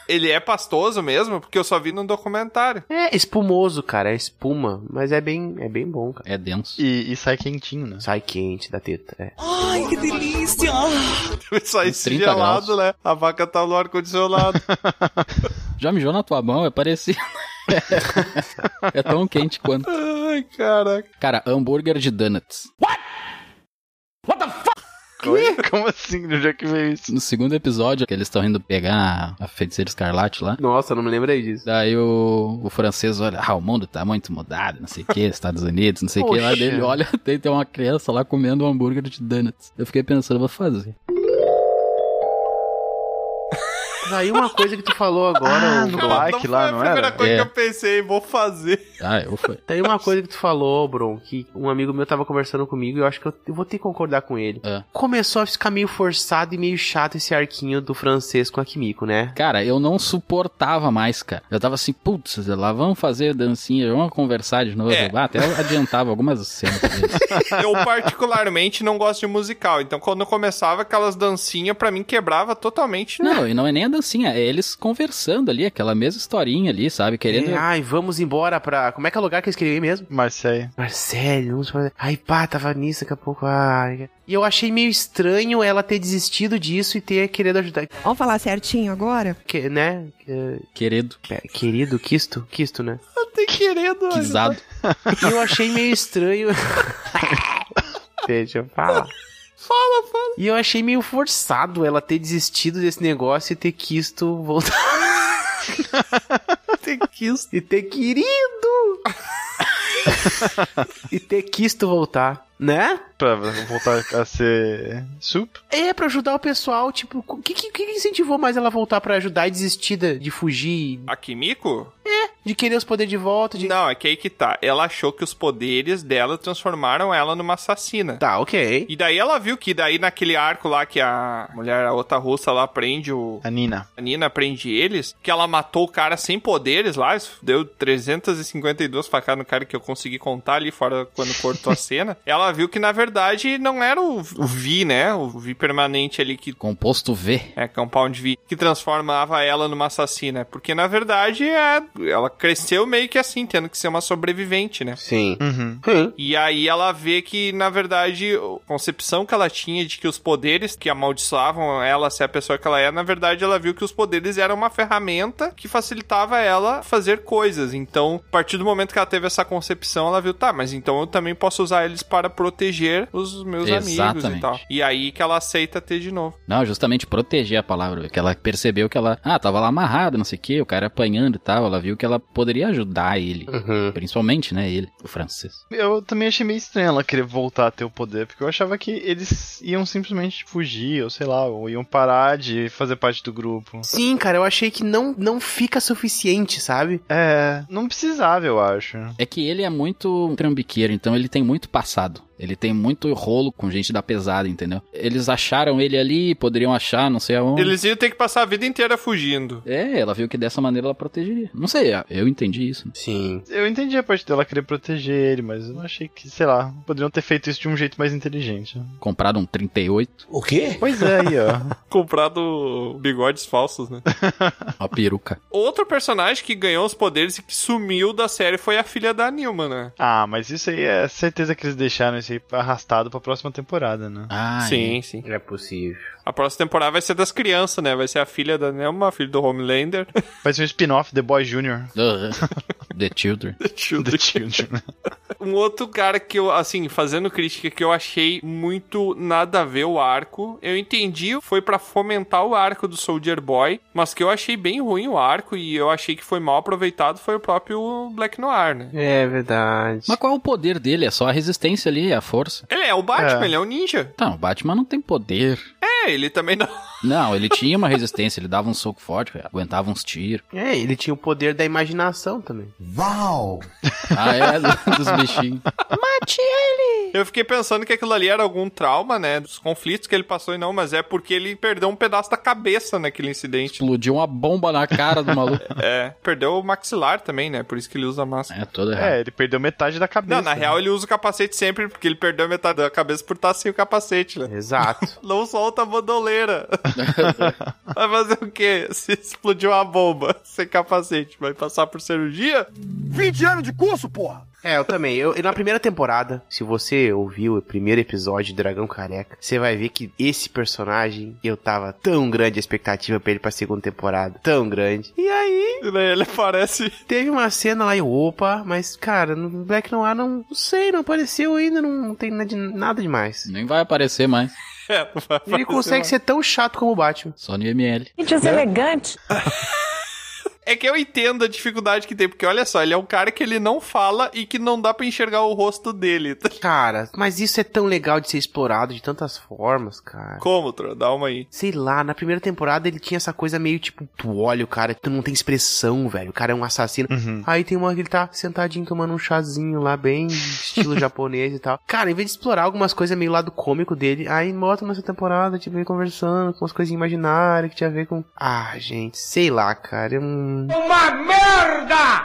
Ele é pastoso mesmo? Porque eu só vi num documentário. [LAUGHS]
É espumoso, cara, é espuma, mas é bem, é bem bom, cara.
É denso.
E, e sai quentinho, né?
Sai quente da teta, é.
Só esse
30
gelado,
graus.
né? A vaca tá no ar-condicionado.
Já mijou na tua mão, é parecido. [LAUGHS] é tão quente quanto.
Ai, caraca.
Cara, hambúrguer de donuts.
[LAUGHS] Quê? Como assim? De onde é que veio isso?
No segundo episódio, que eles estão indo pegar a feiticeira escarlate lá.
Nossa, eu não me lembrei disso.
Daí o, o francês olha, ah, o mundo tá muito mudado, não sei o que, Estados Unidos, não sei o que. Lá
Poxa.
dele olha, [LAUGHS] tem, tem uma criança lá comendo um hambúrguer de donuts. Eu fiquei pensando, vou fazer.
Tá Aí uma coisa que tu falou agora,
Ah,
ô,
no
Bron.
parque lá, não
foi a primeira
era?
coisa
É.
que eu pensei, vou fazer.
Ah, eu fui.
Tem Tá uma coisa que tu falou, Bron, que um amigo meu tava conversando comigo e eu acho que eu, eu vou ter que concordar com ele.
É.
Começou a ficar meio forçado e meio chato esse arquinho do francês com a Kimiko, né?
Cara, eu não suportava mais, cara. Eu tava assim, putz, lá vamos fazer dancinha, vamos conversar de novo.
É.
Ah, até eu adiantava algumas cenas. deles.
Eu particularmente não gosto de musical, então quando eu começava aquelas dancinhas, pra mim quebrava totalmente.
não, e não é nem a dancinha, é eles conversando ali, aquela mesma historinha ali, sabe? Querendo.
É, ai, vamos embora pra. Como é que é o lugar que eu escrevi mesmo?
Marseille.
Marcelo, vamos fazer. Ai, pá, tava nisso daqui a pouco. Ai. E eu achei meio estranho ela ter desistido disso e ter querido ajudar.
Vamos falar certinho agora?
Que, né? Que-
Querido,
pera, Querido, Quisto? Quisto, né?
Tem querendo.
quisado.
E eu achei meio estranho. [LAUGHS] Deixa eu falar. Fala, fala. E eu achei meio forçado ela ter desistido desse negócio e ter quisto voltar. [LAUGHS] ter quisto. E ter querido. e ter quisto voltar, né?
Pra voltar a ser sup.
É, pra ajudar o pessoal, tipo, o que, que, que incentivou mais ela a voltar pra ajudar e desistir de, de fugir,
A Kimiko?
de querer os poderes de volta, de...
Não, é que aí que tá. Ela achou que os poderes dela transformaram ela numa assassina.
Tá, ok.
E daí ela viu que daí naquele arco lá que a mulher, a outra russa lá prende o...
A Nina.
A Nina prende eles, que ela matou o cara sem poderes lá, isso deu 352 facadas no cara que eu consegui contar ali fora quando cortou a cena. Ela viu que na verdade não era o, o Vi, né? O Vi permanente ali que
Composto V.
é Compound V, que transformava ela numa assassina. Porque na verdade é, ela cresceu meio que assim, tendo que ser uma sobrevivente, né?
Sim.
Uhum.
E aí ela vê que, na verdade, a concepção que ela tinha de que os poderes que amaldiçoavam ela ser a pessoa que ela é, na verdade, ela viu que os poderes eram uma ferramenta que facilitava ela fazer coisas. Então, a partir do momento que ela teve essa concepção, ela viu, tá, mas então eu também posso usar eles para proteger os meus amigos e
Exatamente.
tal. E aí que ela aceita ter de novo.
Não, justamente proteger a palavra, que ela percebeu que ela, ah, tava lá amarrada, não sei o que, o cara apanhando e tal, ela viu que ela poderia ajudar ele.
Uhum.
Principalmente, né, ele, o francês.
Eu também achei meio estranho ela querer voltar a ter o poder, porque eu achava que eles iam simplesmente tipo, fugir, ou sei lá, ou iam parar de fazer parte do grupo.
Sim, cara, eu achei que não, não fica suficiente, sabe?
É, não precisava, eu acho.
É que ele é muito trambiqueiro, então ele tem muito passado. Ele tem muito rolo com gente da pesada, entendeu? Eles acharam ele ali, poderiam achar, não sei aonde.
Eles iam ter que passar a vida inteira fugindo.
É, ela viu que dessa maneira ela protegeria. Não sei, ah, eu entendi isso. né?
Sim.
Eu entendi a parte dela querer proteger ele, mas eu achei que, sei lá, poderiam ter feito isso de um jeito mais inteligente.
Comprado um 38,
O quê?
Pois é, aí, ó.
Comprado bigodes falsos, né? [LAUGHS]
uma peruca.
Outro personagem que ganhou os poderes e que sumiu da série foi a filha da Nilma, né?
[LAUGHS] Ah, mas isso aí é certeza que eles deixaram isso aí arrastado pra próxima temporada, né?
Ah,
sim, sim.
Não é possível.
A próxima temporada vai ser das crianças, né? Vai ser a filha da Nilma, a filha do Homelander. [LAUGHS]
Vai ser um spin-off The Boy Jr.
é. Uhum. The Children.
The Children.
Um outro cara que eu, assim, fazendo crítica que eu achei muito nada a ver o arco. Eu entendi, foi pra fomentar o arco do Soldier Boy, mas que eu achei bem ruim o arco e eu achei que foi mal aproveitado foi o próprio Black Noir, né?
É verdade.
Mas qual é o poder dele? É só a resistência ali, a força.
Ele é o Batman,
É.
ele é um ninja.
Não, o Batman não tem poder.
É, ele também não. [LAUGHS]
Não, ele tinha uma resistência, ele dava um soco forte, aguentava uns tiros.
É, ele tinha o poder da imaginação também.
Uau!
Ah, é, [LAUGHS] dos bichinhos.
Eu fiquei pensando que aquilo ali era algum trauma, né? Dos conflitos que ele passou e não, mas é porque ele perdeu um pedaço da cabeça naquele incidente. né?
Explodiu uma bomba na cara do maluco.
É, perdeu o maxilar também, né? Por isso que ele usa máscara.
É, todo errado.
[LAUGHS] É, ele perdeu metade da cabeça.
Não, na real ele usa o capacete sempre, porque ele perdeu metade da cabeça por estar sem o capacete, né?
Exato.
Não solta a bandoleira. [LAUGHS] vai fazer o quê? Se explodiu uma bomba sem capacete, vai passar por cirurgia?
20 anos de curso, porra!
[LAUGHS] é, eu também. Eu, eu- na primeira temporada, se você ouviu o primeiro episódio de Dragão Careca, você vai ver que esse personagem, eu tava tão grande a expectativa pra ele pra segunda temporada. Tão grande. E aí,
E daí ele [LAUGHS] aparece.
teve uma cena lá e opa, mas cara, no Black Noir não, não sei, não apareceu ainda, não tem nada, de- nada demais.
[LAUGHS] Nem vai aparecer mais.
É, não vai
Ele
aparecer
consegue
mais.
ser tão chato como o Batman.
Só no ML.
Que deselegante.
É que eu entendo a dificuldade que tem, porque olha só, ele é um cara que ele não fala e que não dá pra enxergar o rosto dele. [LAUGHS]
Cara, mas isso é tão legal de ser explorado de tantas formas, cara.
Como, Tro? Dá uma aí.
Sei lá, na primeira temporada ele tinha essa coisa meio tipo, tu olha o cara, tu não tem expressão, velho. O cara é um assassino.
Uhum.
Aí tem uma que ele tá sentadinho tomando um chazinho lá, bem estilo japonês e tal. Cara, em vez de explorar algumas coisas meio lado cômico dele, aí bota nessa temporada, tipo, ele conversando com umas coisinhas imaginárias que tinha a ver com. Ah, gente, sei lá, cara. Hum...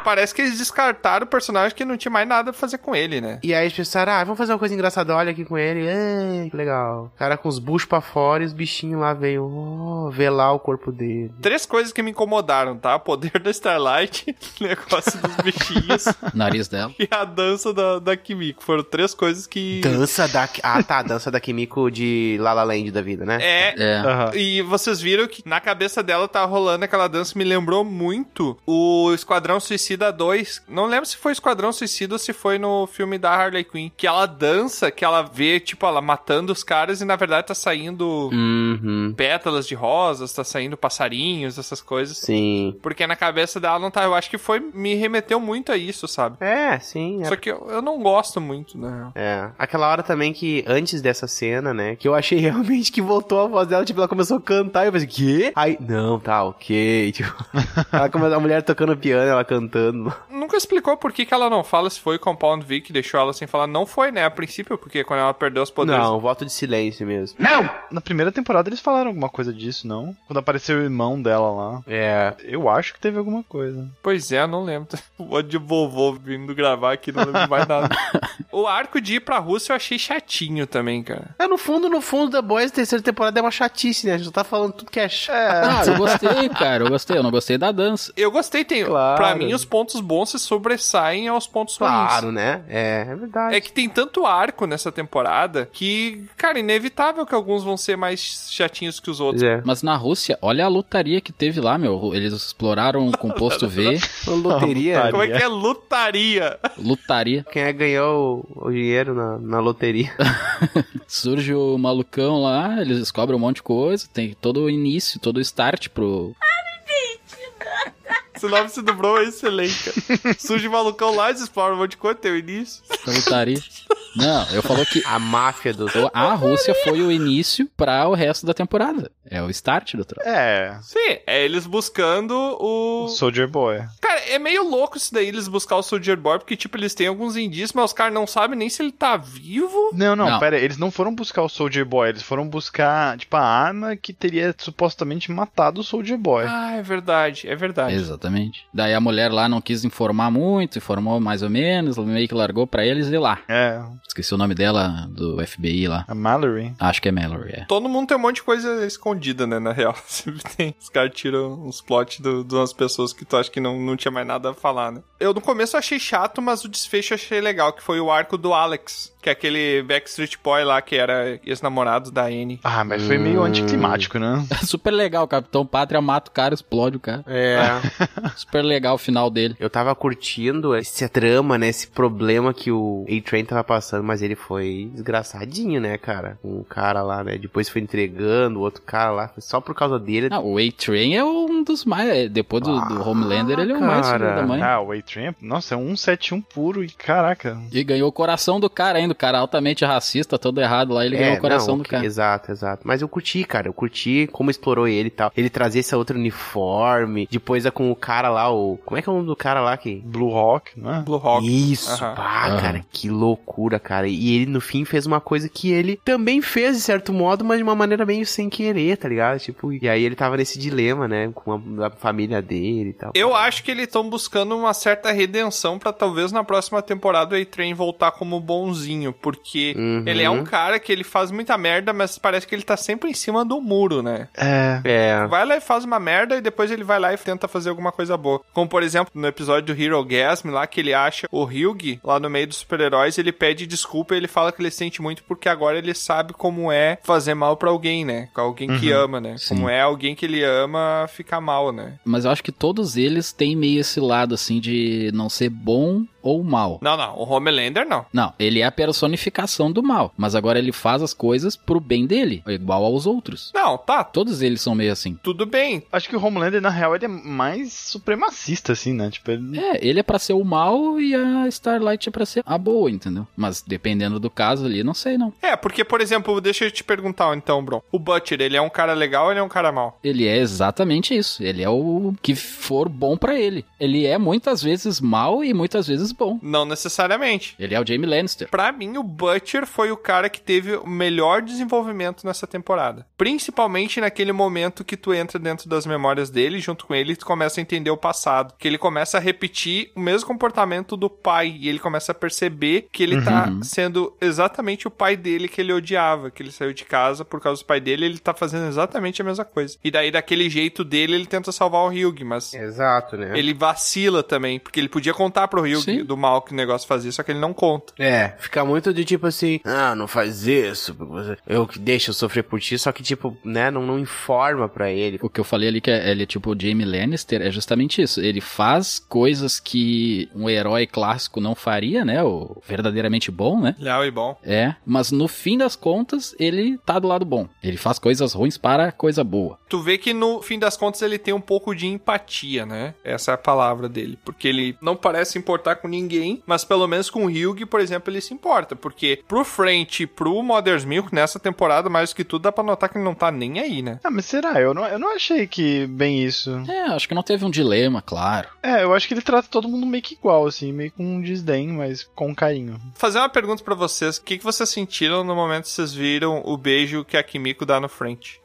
Parece que eles descartaram o personagem que não tinha mais nada pra fazer com ele, né?
E aí eles pensaram, ah, vamos fazer uma coisa engraçada, olha aqui com ele. Ei, que legal. O cara com os buchos pra fora e os bichinhos lá veio oh, velar o corpo dele.
Três coisas que me incomodaram, tá? O poder da Starlight, [LAUGHS] o negócio dos bichinhos
Nariz dela.
e a dança da, da Kimiko. Foram três coisas que.
Dança da... Ah, tá, dança da Kimiko de La La Land da vida, né?
É.
É.
Aham.
E vocês viram que na cabeça dela tá rolando aquela dança, me lembrou muito o Esquadrão Suicida 2. Não lembro se foi Esquadrão Suicida ou se foi no filme da Harley Quinn. Que ela dança, que ela vê, tipo, ela matando os caras e na verdade tá saindo
Uhum,
pétalas de rosas, tá saindo passarinhos, essas coisas.
sim.
Porque na cabeça dela não tá. Eu acho que foi. Me remeteu muito a isso, sabe?
É, sim. é.
Só que eu, eu não gosto muito, né?
É. Aquela hora também que, antes dessa cena, né? Que eu achei [LAUGHS] realmente que voltou a voz dela, tipo, ela começou a cantar e eu pensei, quê? Aí, não, tá, ok. [LAUGHS] Tipo, ela começou, a mulher tocando piano, ela cantando.
Nunca explicou por que, que ela não fala se foi o Compound V que deixou ela sem falar. Não foi, né? A princípio, porque quando ela perdeu os poderes.
Não, voto de silêncio mesmo.
Na primeira temporada eles falaram alguma coisa disso, não? Quando apareceu o irmão dela lá.
É.
Eu acho que teve alguma coisa.
Pois é, não lembro. [LAUGHS] O monte de vovô vindo gravar aqui, não lembro mais nada. o arco de ir pra Rússia eu achei chatinho também, cara.
É, no fundo, no fundo, The Boys, terceira temporada é uma chatice, né? A gente só tá falando tudo que é chato.
Ah, eu gostei, cara. Eu gostei. Eu não gostei da dança.
Eu gostei, tem.
Claro.
Pra mim, os pontos bons sobressaem aos pontos ruins.
Claro, né? É, é verdade.
É que tem tanto arco nessa temporada que, cara, inevitável que alguns vão ser mais chatinhos que os outros.
Pois é.
Mas na Rússia, olha a lutaria que teve lá, meu. Eles exploraram o composto V,
Uma loteria.
Como é que é lutaria?
lutaria.
Quem é que ganhou o, o dinheiro na, na loteria?
Surge o malucão lá, eles descobrem um monte de coisa, tem todo o início, todo o start pro.
Esse nome se dobrou é excelente, cara. Surge um malucão lá, eles exploram um monte de coisa, tem o início.
pra lutaria. [LAUGHS] Não, eu falou que
A máfia dos.
a Rússia foi o início pra o resto da temporada. É o start do troço.
É,
Sim, é eles buscando o.
Soldier Boy.
Cara, é meio louco isso daí, eles buscar o Soldier Boy, porque, tipo, eles têm alguns indícios, mas os caras não sabem nem se ele tá vivo.
Não, não,
Não.
pera, eles não foram buscar o Soldier Boy, eles foram buscar, tipo, a arma que teria supostamente matado o Soldier Boy.
Ah, é verdade, é verdade.
Exatamente. Daí a mulher lá não quis informar muito, informou mais ou menos, meio que largou pra eles e lá.
É,
Esqueci o nome dela do FBI lá.
a Mallory.
Acho que é Mallory, é.
Todo mundo tem um monte de coisa escondida, né? Na real, [LAUGHS] sempre tem. Os caras tiram uns plot do- de umas pessoas que tu acha que não, não tinha mais nada a falar, né? Eu no começo achei chato, mas o desfecho eu achei legal, que foi o arco do Alex, que é aquele Backstreet Boy lá, que era ex-namorado da Anne.
Ah, mas foi
Uh.
meio anticlimático, né?
[LAUGHS] Super legal, o Capitão Pátria mata o cara, explode o cara.
[LAUGHS] É.
Super legal o final dele.
Eu tava curtindo essa trama, né? Esse problema que o A-Train tava passando, mas ele foi desgraçadinho, né, cara? Com o cara lá, né? Depois foi entregando o outro cara lá. Foi só por causa dele.
Não, o A-Train é um dos mais. é, Depois do, do
Ah,
Homelander, ele é o mais filho
cara.
da mãe.
Ah, o A-Train, nossa, é um 171 puro e caraca.
E ganhou o coração do cara ainda. O cara é altamente racista, todo errado lá, ele
É,
ganhou Tá o coração
não,
do cara.
Exato, exato. Mas eu curti, cara. Eu curti como explorou ele e tal. Ele trazia esse outro uniforme. Depois é com o cara lá, o. Como é que é o nome do cara lá que.
Blue Hawk, né?
Blue Rock.
Isso,
Aham.
pá,
Aham.
cara, que loucura, cara. E ele, no fim, fez uma coisa que ele também fez, de certo modo, mas de uma maneira meio sem querer, tá ligado? Tipo, e aí ele tava nesse dilema, né, com a, a família dele e tal.
Eu acho que eles estão buscando uma certa redenção pra talvez na próxima temporada o A-Train voltar como bonzinho, porque
Uhum.
ele é um cara que ele faz muita merda, mas parece que ele tá sempre em cima do muro, né?
É.
É,
Vai lá e faz uma merda e depois ele vai lá e tenta fazer alguma coisa boa. Como, por exemplo, no episódio do Hero Gasm, lá que ele acha o Hyug lá no meio dos super-heróis, ele pede desculpa e ele fala que ele sente muito porque agora ele sabe como é fazer mal pra alguém, né? Com alguém que ama, né?
Sim.
Como é alguém que ele ama ficar mal, né?
Mas eu acho que todos eles têm meio esse lado, assim, de não ser bom ou mal.
Não, não, o Homelander não.
Não, ele é a personificação do mal. Mas agora ele faz as coisas pro bem dele, igual aos outros.
Não, tá,
Todos eles são meio assim.
tudo bem.
Acho que o Homelander, na real, ele é mais supremacista, assim, né? Tipo, ele...
É, ele é pra ser o mal e a Starlight é pra ser a boa, entendeu? Mas dependendo do caso ali, não sei não.
É, porque, por exemplo, deixa eu te perguntar então, Bron. O Butcher, ele é um cara legal ou ele é um cara mal?
Ele é exatamente isso. Ele é o que for bom pra ele. Ele é muitas vezes mal e muitas vezes bom.
Não necessariamente.
Ele é o Jamie Lannister.
Pra mim, o Butcher foi o cara que teve o melhor desenvolvimento nessa temporada. Principalmente naquele momento que tu entra dentro das memórias dele, junto com ele, e tu começa a entender o passado. Que ele começa a repetir o mesmo comportamento do pai. E ele começa a perceber que ele tá sendo exatamente o pai dele que ele odiava. Que ele saiu de casa por causa do pai dele, ele tá fazendo exatamente a mesma coisa. E daí, daquele jeito dele, ele tenta salvar o Hyug, mas.
exato, né?
Ele vacila também, porque ele podia contar pro Hyug
Sim.
do mal que o negócio fazia, só que ele não conta.
É, fica muito de tipo assim, ah, não faz isso, porque você- eu que deixo eu sofrer por ti, só que tipo, né, não, não informa pra ele.
O que eu falei ali que é, ele é tipo o Jamie Lannister é justamente isso. Ele faz coisas que um herói clássico não faria, né? O verdadeiramente bom, né?
Leal e bom.
É, mas no fim das contas, ele tá do lado bom. Ele faz coisas ruins para coisa boa.
Tu vê que no fim das contas ele tem um pouco de empatia, né? Essa é a palavra dele. Porque ele não parece se importar com ninguém, mas pelo menos com o Hyug, por exemplo, ele se importa. Porque pro French e pro Mother's Milk, nessa temporada, mais que tudo, dá pra notar que ele não tá nem aí, né?
Ah, mas será? Eu não, eu não achei que bem isso.
É, acho que não teve um dilema, claro.
É, eu acho que ele trata todo mundo meio que igual, assim, meio com um desdém, mas com carinho.
Fazer uma pergunta pra vocês: o que, que vocês sentiram no momento que vocês viram o beijo que a Kimiko dá no French?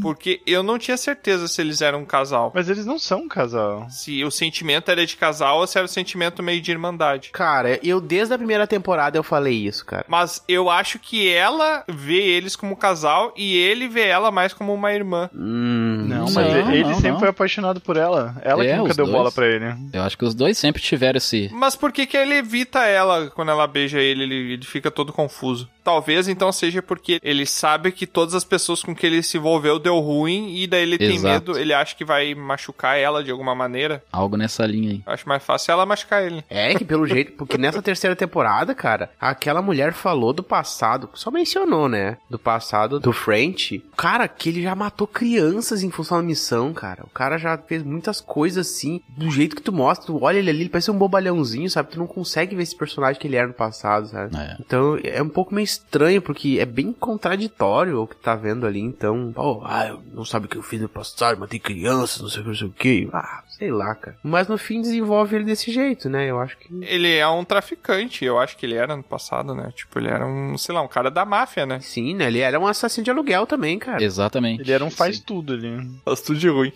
Porque eu não tinha certeza se eles eram um casal.
Mas eles não são um casal.
Se o sentimento era de casal ou se era o sentimento meio de irmandade.
Cara, eu desde a primeira temporada eu falei isso, cara.
Mas eu acho que ela vê eles como casal e ele vê ela mais como uma irmã.
Hum,
Não.
Não,
Mas
não,
ele
não,
sempre
não.
foi apaixonado por ela. Ela
É,
que nunca
os
deu
dois.
bola pra ele.
Eu acho que os dois sempre tiveram esse.
Mas por que, que ele evita ela quando ela beija ele, ele? Ele fica todo confuso. Talvez então seja porque ele sabe que todas as pessoas com que ele se envolveu deu ruim e daí ele tem
Exato.
medo, ele acha que vai machucar ela de alguma maneira.
Algo nessa linha aí.
Eu acho mais fácil ela machucar ele.
É que pelo jeito, porque nessa terceira temporada, cara, aquela mulher falou do passado, só mencionou, né? Do passado do French. Cara, que ele já matou crianças em função da missão, cara. O cara já fez muitas coisas assim, do jeito que tu mostra, tu olha ele ali, ele parece um bobalhãozinho, sabe? Tu não consegue ver esse personagem que ele era no passado, sabe?
É.
Então é um pouco meio estranho, porque é bem contraditório o que tá vendo ali. Então, oh, ah, eu não sabe o que eu fiz no passado, matei crianças, não sei o que, não sei o que. Ah, sei lá, cara. Mas no fim desenvolve ele desse jeito, né? Eu acho que.
Ele é um traficante, eu acho que ele era no passado, né? Tipo, ele era um, sei lá, um cara da máfia, né?
Sim, né? Ele era um assassino de aluguel também, cara.
Exatamente.
Ele era um faz tudo ali.
Faz tudo de ruim.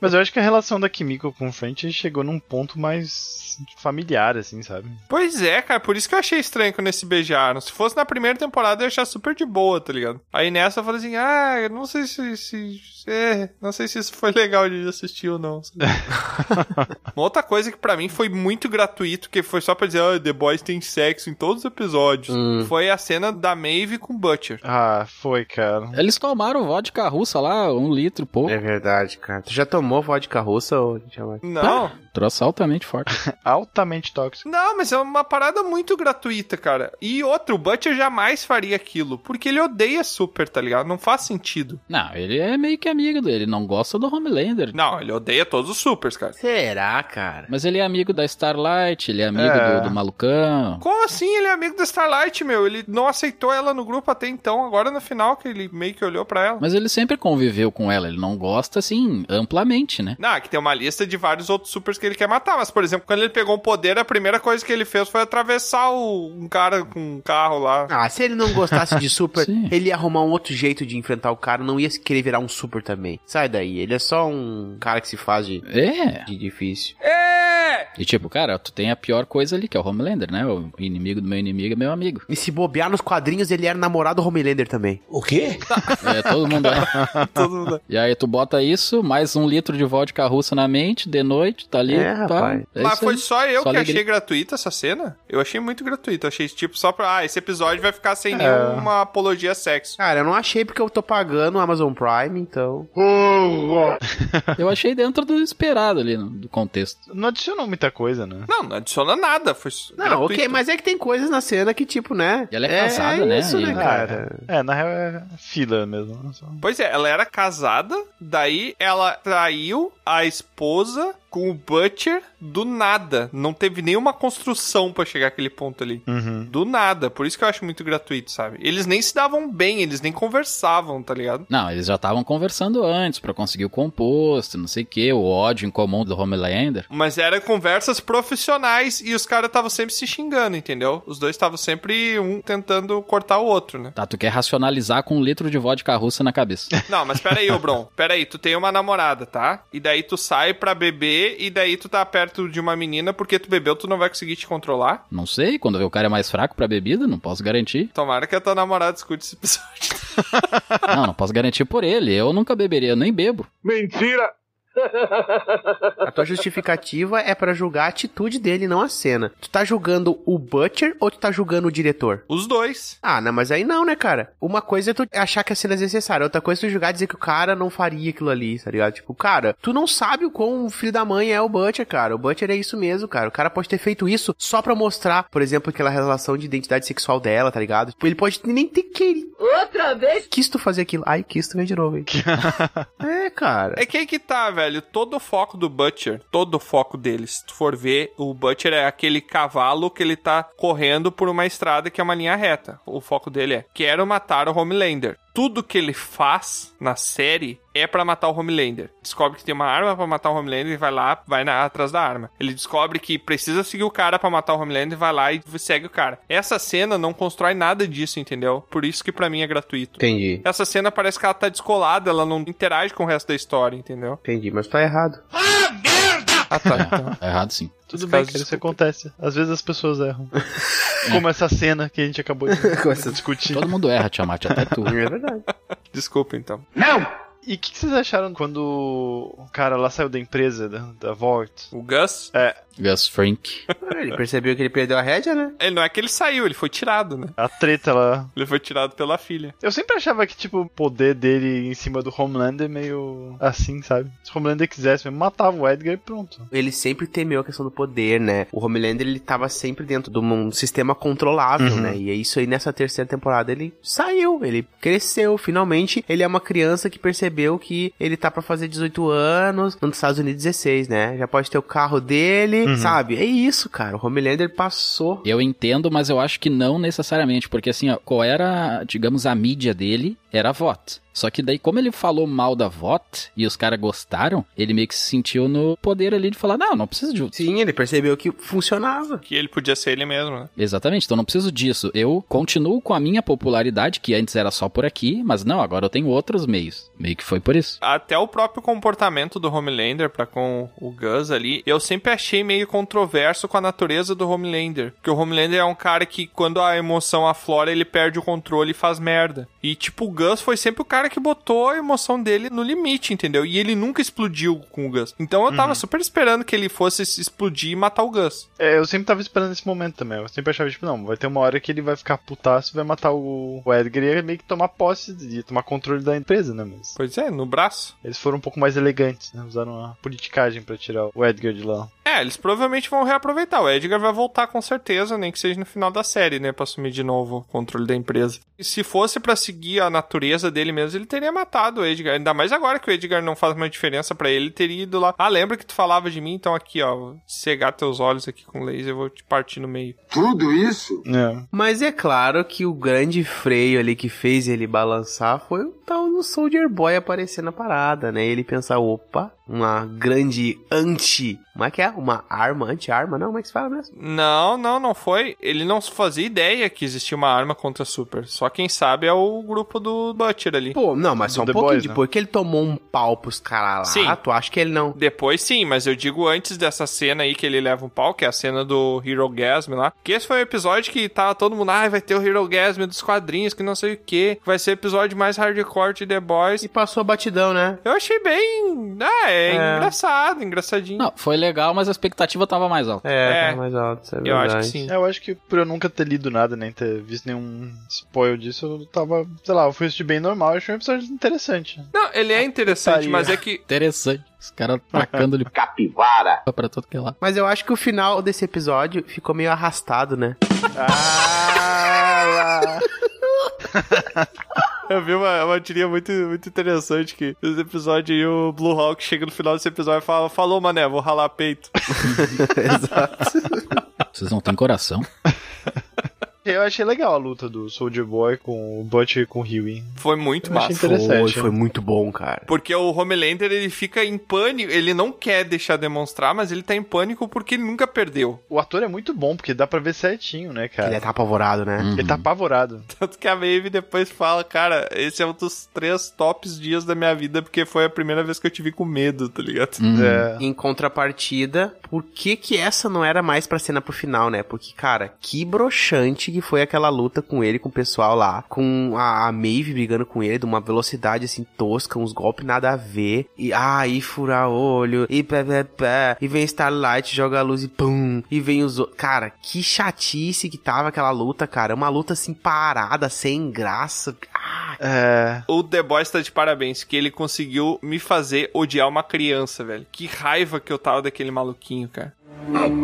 Mas eu acho que a relação da Kimiko com o French chegou num ponto mais familiar, assim, sabe?
Pois é, cara, por isso que eu achei estranho quando eles se beijaram. Se fosse na primeira temporada, eu ia achar super de boa, tá ligado? Aí nessa eu falei assim, ah, eu não sei se. se é, não sei se isso foi legal de assistir ou não. sabe? Uma outra coisa que pra mim foi muito gratuito, que foi só pra dizer, ah, The Boys tem sexo em todos os episódios, foi a cena da Maeve com o Butcher.
Ah, foi, cara.
Eles tomaram vodka russa lá, um litro, pouco.
É verdade, cara. Tu já tomou vodka russa ou
Não,
Troço altamente forte.
Altamente tóxico.
não, mas é uma parada muito gratuita, cara. E outro, o Butcher jamais faria aquilo, porque ele odeia super, tá ligado? Não faz sentido.
Não, ele é meio que amigo dele. Ele não gosta do Homelander.
Não, ele odeia todos os supers, cara.
Será, cara?
Mas ele é amigo da Starlight, ele é amigo
É.
do, do malucão.
Como assim ele é amigo da Starlight, meu? Ele não aceitou ela no grupo até então, agora no final que ele meio que olhou pra ela.
Mas ele sempre conviveu com ela, ele não gosta, assim, amplamente, né?
Não, Ah, que tem uma lista de vários outros supers que ele quer matar, mas por exemplo, quando ele pegou o poder, a primeira coisa que ele fez foi atravessar o- um cara com um carro lá.
Ah, se ele não gostasse de super,
Sim.
ele ia arrumar um outro jeito de enfrentar o cara, não ia querer virar um super também. Sai daí, ele é só um cara que se faz de,
É.
de difícil.
E tipo, cara, tu tem a pior coisa ali, que é o Homelander, né? O inimigo do meu inimigo é meu amigo.
E se bobear nos quadrinhos, ele era namorado do Homelander também.
O quê?
É, todo mundo.
[LAUGHS]
Todo mundo-
e aí tu bota isso, mais um litro de vodka russa na mente, de noite, tá ali.
É,
pá.
rapaz.
É
mas
isso
foi
aí.
só eu
Só
que
alegria.
achei gratuita essa cena? Eu achei muito gratuito. Eu achei tipo só pra. Ah, esse episódio vai ficar
É.
sem nenhuma apologia a sexo.
Cara, eu não achei porque eu tô pagando o Amazon Prime, então.
Eu achei dentro do esperado ali, no- do contexto.
Não adicionou muita coisa, né?
Não, não adiciona nada. Foi
Não, ok, mas é que tem coisas na cena que, tipo, né?
E ela é casada, né?
Isso, né,
E- [LAUGHS]
cara?
É, na real é fila mesmo. né? Só-
Pois é, ela era casada, daí ela traiu a esposa com o Butcher do nada. Não teve nenhuma construção pra chegar àquele ponto ali.
Uhum.
Do nada, por isso que eu acho muito gratuito, sabe? Eles nem se davam bem, eles nem conversavam, tá ligado?
Não, eles já estavam conversando antes pra conseguir o composto, não sei o que, o ódio em comum do Homelander.
Mas eram conversas profissionais e os caras estavam sempre se xingando, entendeu? Os dois estavam sempre um tentando cortar o outro, né?
Tá, tu quer racionalizar com um litro de vodka russa na cabeça.
Não, mas peraí, ô Bron. Peraí, tu tem uma namorada, tá? E daí tu sai pra beber e daí tu tá perto de uma menina porque tu bebeu, tu não vai conseguir te controlar.
Não sei, quando o cara é mais fraco pra bebida, não posso garantir.
Tomara que a tua namorada escute esse episódio.
Não, não posso garantir por ele. Eu nunca beberia, eu nem bebo.
Mentira!
A tua justificativa é pra julgar a atitude dele, não a cena. Tu tá julgando o Butcher ou tu tá julgando o diretor?
Os dois.
Ah, não, mas aí não, né, cara? Uma coisa é tu achar que a cena é desnecessária, outra coisa é tu julgar e dizer que o cara não faria aquilo ali, tá ligado? Tipo, cara, tu não sabe o quão o filho da mãe é o Butcher, cara. O Butcher é isso mesmo, cara. O cara pode ter feito isso só pra mostrar, por exemplo, aquela relação de identidade sexual dela, tá ligado? Tipo, ele pode nem ter que...
Outra vez?
Quis tu fazer aquilo. Ai, quis tu ver de novo, hein? é, cara.
É que aí que tá, velho. Todo o foco do Butcher, todo o foco dele, se tu for ver, o Butcher é aquele cavalo que ele tá correndo por uma estrada que é uma linha reta. O foco dele é: quero matar o Homelander. Tudo que ele faz na série é pra matar o Homelander. Descobre que tem uma arma pra matar o Homelander e vai lá, vai na, atrás da arma. Ele descobre que precisa seguir o cara pra matar o Homelander e vai lá e segue o cara. Essa cena não constrói nada disso, entendeu? Por isso que pra mim é gratuito.
Entendi.
Essa cena parece que ela tá descolada, ela não interage com o resto da história, entendeu?
Entendi, mas tá errado.
Ah, tá.
É, errado sim.
Tudo
Esse
bem, É.
caso,
cara, isso acontece. Às vezes as pessoas [LAUGHS] erram. Como essa cena que a [LAUGHS] gente acabou de
Com essa-
discutir.
Todo mundo erra, Tiamat, até tu.
É verdade.
Desculpa, então.
Não!
E o que, que vocês acharam quando o cara lá saiu da empresa, da, da Vogt?
O Gus?
É.
Gus Frank.
Ele percebeu que ele perdeu a rédea, né?
Ele não é que ele saiu, ele foi tirado, né?
A treta lá.
Ele foi tirado pela filha.
Eu sempre achava que, tipo, o poder dele em cima do Homelander é meio assim, sabe? Se o Homelander quisesse mesmo, matava o Edgar e pronto.
Ele sempre temeu a questão do poder, né? O Homelander, ele tava sempre dentro de um sistema controlável,
Uhum.
né? E é isso aí, nessa terceira temporada, ele saiu, ele cresceu, finalmente. Ele é uma criança que percebeu que ele tá pra fazer 18 anos, nos Estados Unidos 16, né? Já pode ter o carro dele,
Uhum.
sabe? É isso, cara. O Homelander passou.
Eu entendo, mas eu acho que não necessariamente, porque assim, ó, qual era, digamos, a mídia dele? Era a VOT. Só que daí, como ele falou mal da VOT e os caras gostaram, ele meio que se sentiu no poder ali de falar, não, não preciso de...
Sim, ele percebeu que funcionava.
Que ele podia ser ele mesmo, né?
Exatamente, então não preciso disso. Eu continuo com a minha popularidade, que antes era só por aqui, mas não, agora eu tenho outros meios. Meio que foi por isso.
Até o próprio comportamento do Homelander pra com o Gus ali, eu sempre achei meio controverso com a natureza do Homelander. Porque o Homelander é um cara que, quando a emoção aflora, ele perde o controle e faz merda. E, tipo, o Gus foi sempre o cara que botou a emoção dele no limite, entendeu? E ele nunca explodiu com o Gus. Então eu tava super esperando que ele fosse se explodir e matar o Gus.
É, eu sempre tava esperando esse momento também. Eu sempre achava, tipo, não, vai ter uma hora que ele vai ficar putaço, vai matar o, o Edgar e ele meio que tomar posse de tomar controle da empresa, né? Mas
Pois é, no braço.
eles foram um pouco mais elegantes, né? Usaram a politicagem pra tirar o Edgar de lá.
É, eles provavelmente vão reaproveitar. O Edgar vai voltar com certeza, nem que seja no final da série, né? Pra assumir de novo o controle da empresa. E se fosse pra seguir a natureza dele mesmo, ele teria matado o Edgar. Ainda mais agora que o Edgar não faz mais diferença pra ele, ele teria ido lá. Ah, lembra que tu falava de mim? Então aqui, ó, vou cegar teus olhos aqui com laser, eu vou te partir no meio.
Tudo isso?
É.
Mas é claro que o grande freio ali que fez ele balançar foi o tal do Soldier Boy aparecer na parada, né? Ele pensar, opa, uma grande anti... Como é que é? Uma arma, anti-arma? Não, como é que se fala mesmo?
Não, não, não foi. Ele não fazia ideia que existia uma arma contra a Super. Só quem sabe é o grupo do Butcher ali.
Pô, não, mas só um
Do The
pouquinho
Boys, né?
depois que ele tomou um pau pros caras lá,
Sim.
tu acha que ele não...
Depois sim, mas eu digo antes dessa cena aí que ele leva um pau, que é a cena do Hero Gasm lá. Que esse foi o episódio que tava todo mundo, ah, vai ter o Hero Gasm dos quadrinhos, que não sei o que. Vai ser o episódio mais hardcore de The Boys.
E passou batidão, né?
Eu achei bem. Ah, é,
É.
engraçado, engraçadinho.
Não, foi legal, mas a expectativa tava mais alta.
É,
É.
tá mais alto, isso é
eu
verdade.
acho que sim.
É, Eu acho que por eu nunca ter lido nada, nem ter visto nenhum spoiler disso, eu tava, sei lá, eu fui assistir bem normal, eu achei um episódio interessante.
Não, ele é interessante,
Putaria.
mas é que
Interessante. Os caras tacando ele
Capivara!
pra todo que é lá.
Mas eu acho que o final desse episódio ficou meio arrastado, né?
Ah, lá.
Eu vi uma, uma tirinha muito, muito interessante que nesse episódio aí o Blue Hawk chega no final desse episódio e fala: Falou, mané, vou ralar peito.
Vocês não têm coração.
Eu achei legal a luta do Soldier Boy com o Butcher e com o Huey.
Foi muito
Eu achei
massa.
interessante.
foi
né?
muito bom, cara.
Porque o Homelander, ele fica em pânico, ele não quer deixar demonstrar, mas ele tá em pânico porque ele nunca perdeu.
O ator é muito bom, porque dá pra ver certinho, né, cara?
Ele tá apavorado, né?
Uhum.
[LAUGHS] Ele tá apavorado.
Tanto que a Maeve depois fala, cara, esse é um dos três tops dias da minha vida, porque foi a primeira vez que eu tive com medo, tá ligado?
Uhum.
É.
Em contrapartida, por que que essa não era mais pra cena pro final, né? Porque, cara, que broxante que foi aquela luta com ele, com o pessoal lá, com a, a Maeve brigando com ele, de uma velocidade, assim, tosca, uns golpes nada a ver, e aí furar olho, e pé, pé, pé, e vem Starlight, joga a luz e pum, e vem os outros. Cara, que chatice que tava aquela luta, cara. Uma luta, assim, parada, sem graça. Ah,
É.
O The Boys tá de parabéns, que ele conseguiu me fazer odiar uma criança, velho. Que raiva que eu tava daquele maluquinho, cara.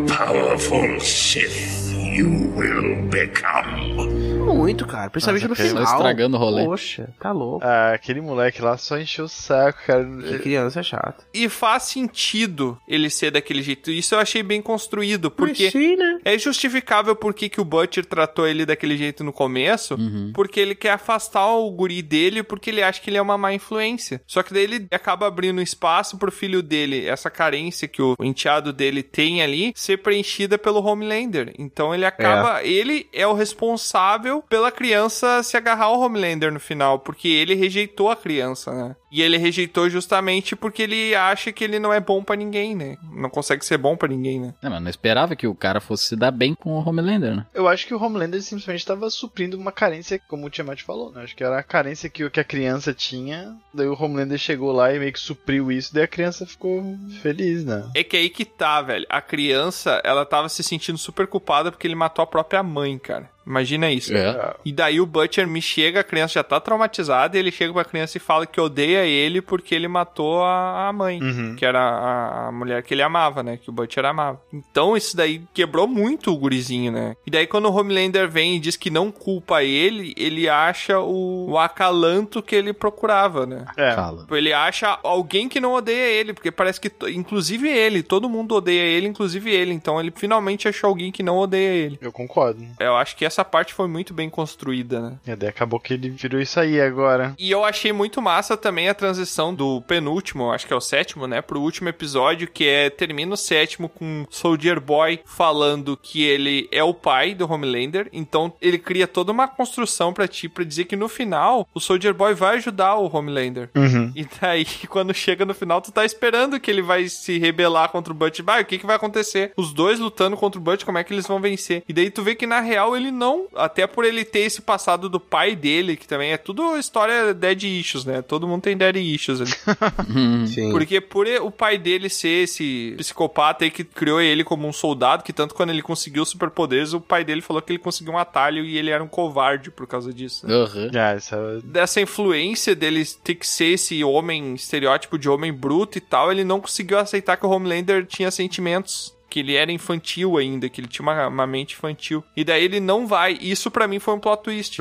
Powerful Sith you will become.
muito, cara. Principalmente no
Nossa,
final.
cara, só estragando o rolê.
Poxa, tá louco.
Ah, aquele moleque lá só encheu o saco, cara.
Que criança chata.
E faz sentido ele ser daquele jeito. Isso eu achei bem construído, porque...
Mas sim, né?
É justificável por que que o Butcher tratou ele daquele jeito no começo, porque ele quer afastar o guri dele porque ele acha que ele é uma má influência. Só que daí ele acaba abrindo espaço pro filho dele, essa carência que o enteado dele tem ali, ser preenchida pelo Homelander. Então ele acaba, ele é o responsável responsável pela criança se agarrar ao Homelander no final, porque ele rejeitou a criança, né? E ele rejeitou justamente porque ele acha que ele não é bom pra ninguém, né? Não consegue ser bom pra ninguém, né?
É, mas não esperava que o cara fosse se dar bem com o Homelander, né?
Eu acho que o Homelander simplesmente estava suprindo uma carência, como o Tiamat falou, né? Acho que era a carência que, que a criança tinha. Daí o Homelander chegou lá e meio que supriu isso, daí a criança ficou feliz, né?
É que aí que tá, velho. A criança, ela tava se sentindo super culpada porque ele matou a própria mãe, cara. Imagina isso.
É.
E daí o Butcher me chega, a criança já tá traumatizada, e ele chega pra criança e fala que odeia ele porque ele matou a, a mãe,
Uhum.
que era a, a mulher que ele amava, né? Que o Butcher amava. Então isso daí quebrou muito o gurizinho, né? E daí quando o Homelander vem e diz que não culpa ele, ele acha o, o acalanto que ele procurava, né?
É.
Fala.
Tipo, Ele acha alguém que não odeia ele, porque parece que, to- inclusive ele, todo mundo odeia ele, inclusive ele. Então ele finalmente achou alguém que não odeia ele.
Eu concordo.
Eu acho que essa parte foi muito bem construída, né?
E daí acabou que ele virou isso aí agora.
E eu achei muito massa também a transição do penúltimo, acho que é o sétimo, né? Pro último episódio, que é termina o sétimo com um Soldier Boy falando que ele é o pai do Homelander. Então ele cria toda uma construção pra ti, pra dizer que no final o Soldier Boy vai ajudar o Homelander.
Uhum.
E daí, [LAUGHS] quando chega no final, tu tá esperando que ele vai se rebelar contra o Butch. Bah, o que que vai acontecer? Os dois lutando contra o Butch, como é que eles vão vencer? E daí tu vê que, na real, ele não... Até por ele ter esse passado do pai dele, que também é tudo história dead issues, né? Todo mundo tem dead issues ali.
Hum,
Sim.
Porque por e- o pai dele ser esse psicopata aí que criou ele como um soldado, que tanto quando ele conseguiu os superpoderes, o pai dele falou que ele conseguiu um atalho e ele era um covarde por causa disso. né?
aham.
Ah, isso é...
dessa influência dele ter que ser esse homem, estereótipo de homem bruto e tal, ele não conseguiu aceitar que o Homelander tinha sentimentos. Que ele era infantil ainda, que ele tinha uma, uma mente infantil. E daí ele não vai. Isso pra mim foi um plot twist.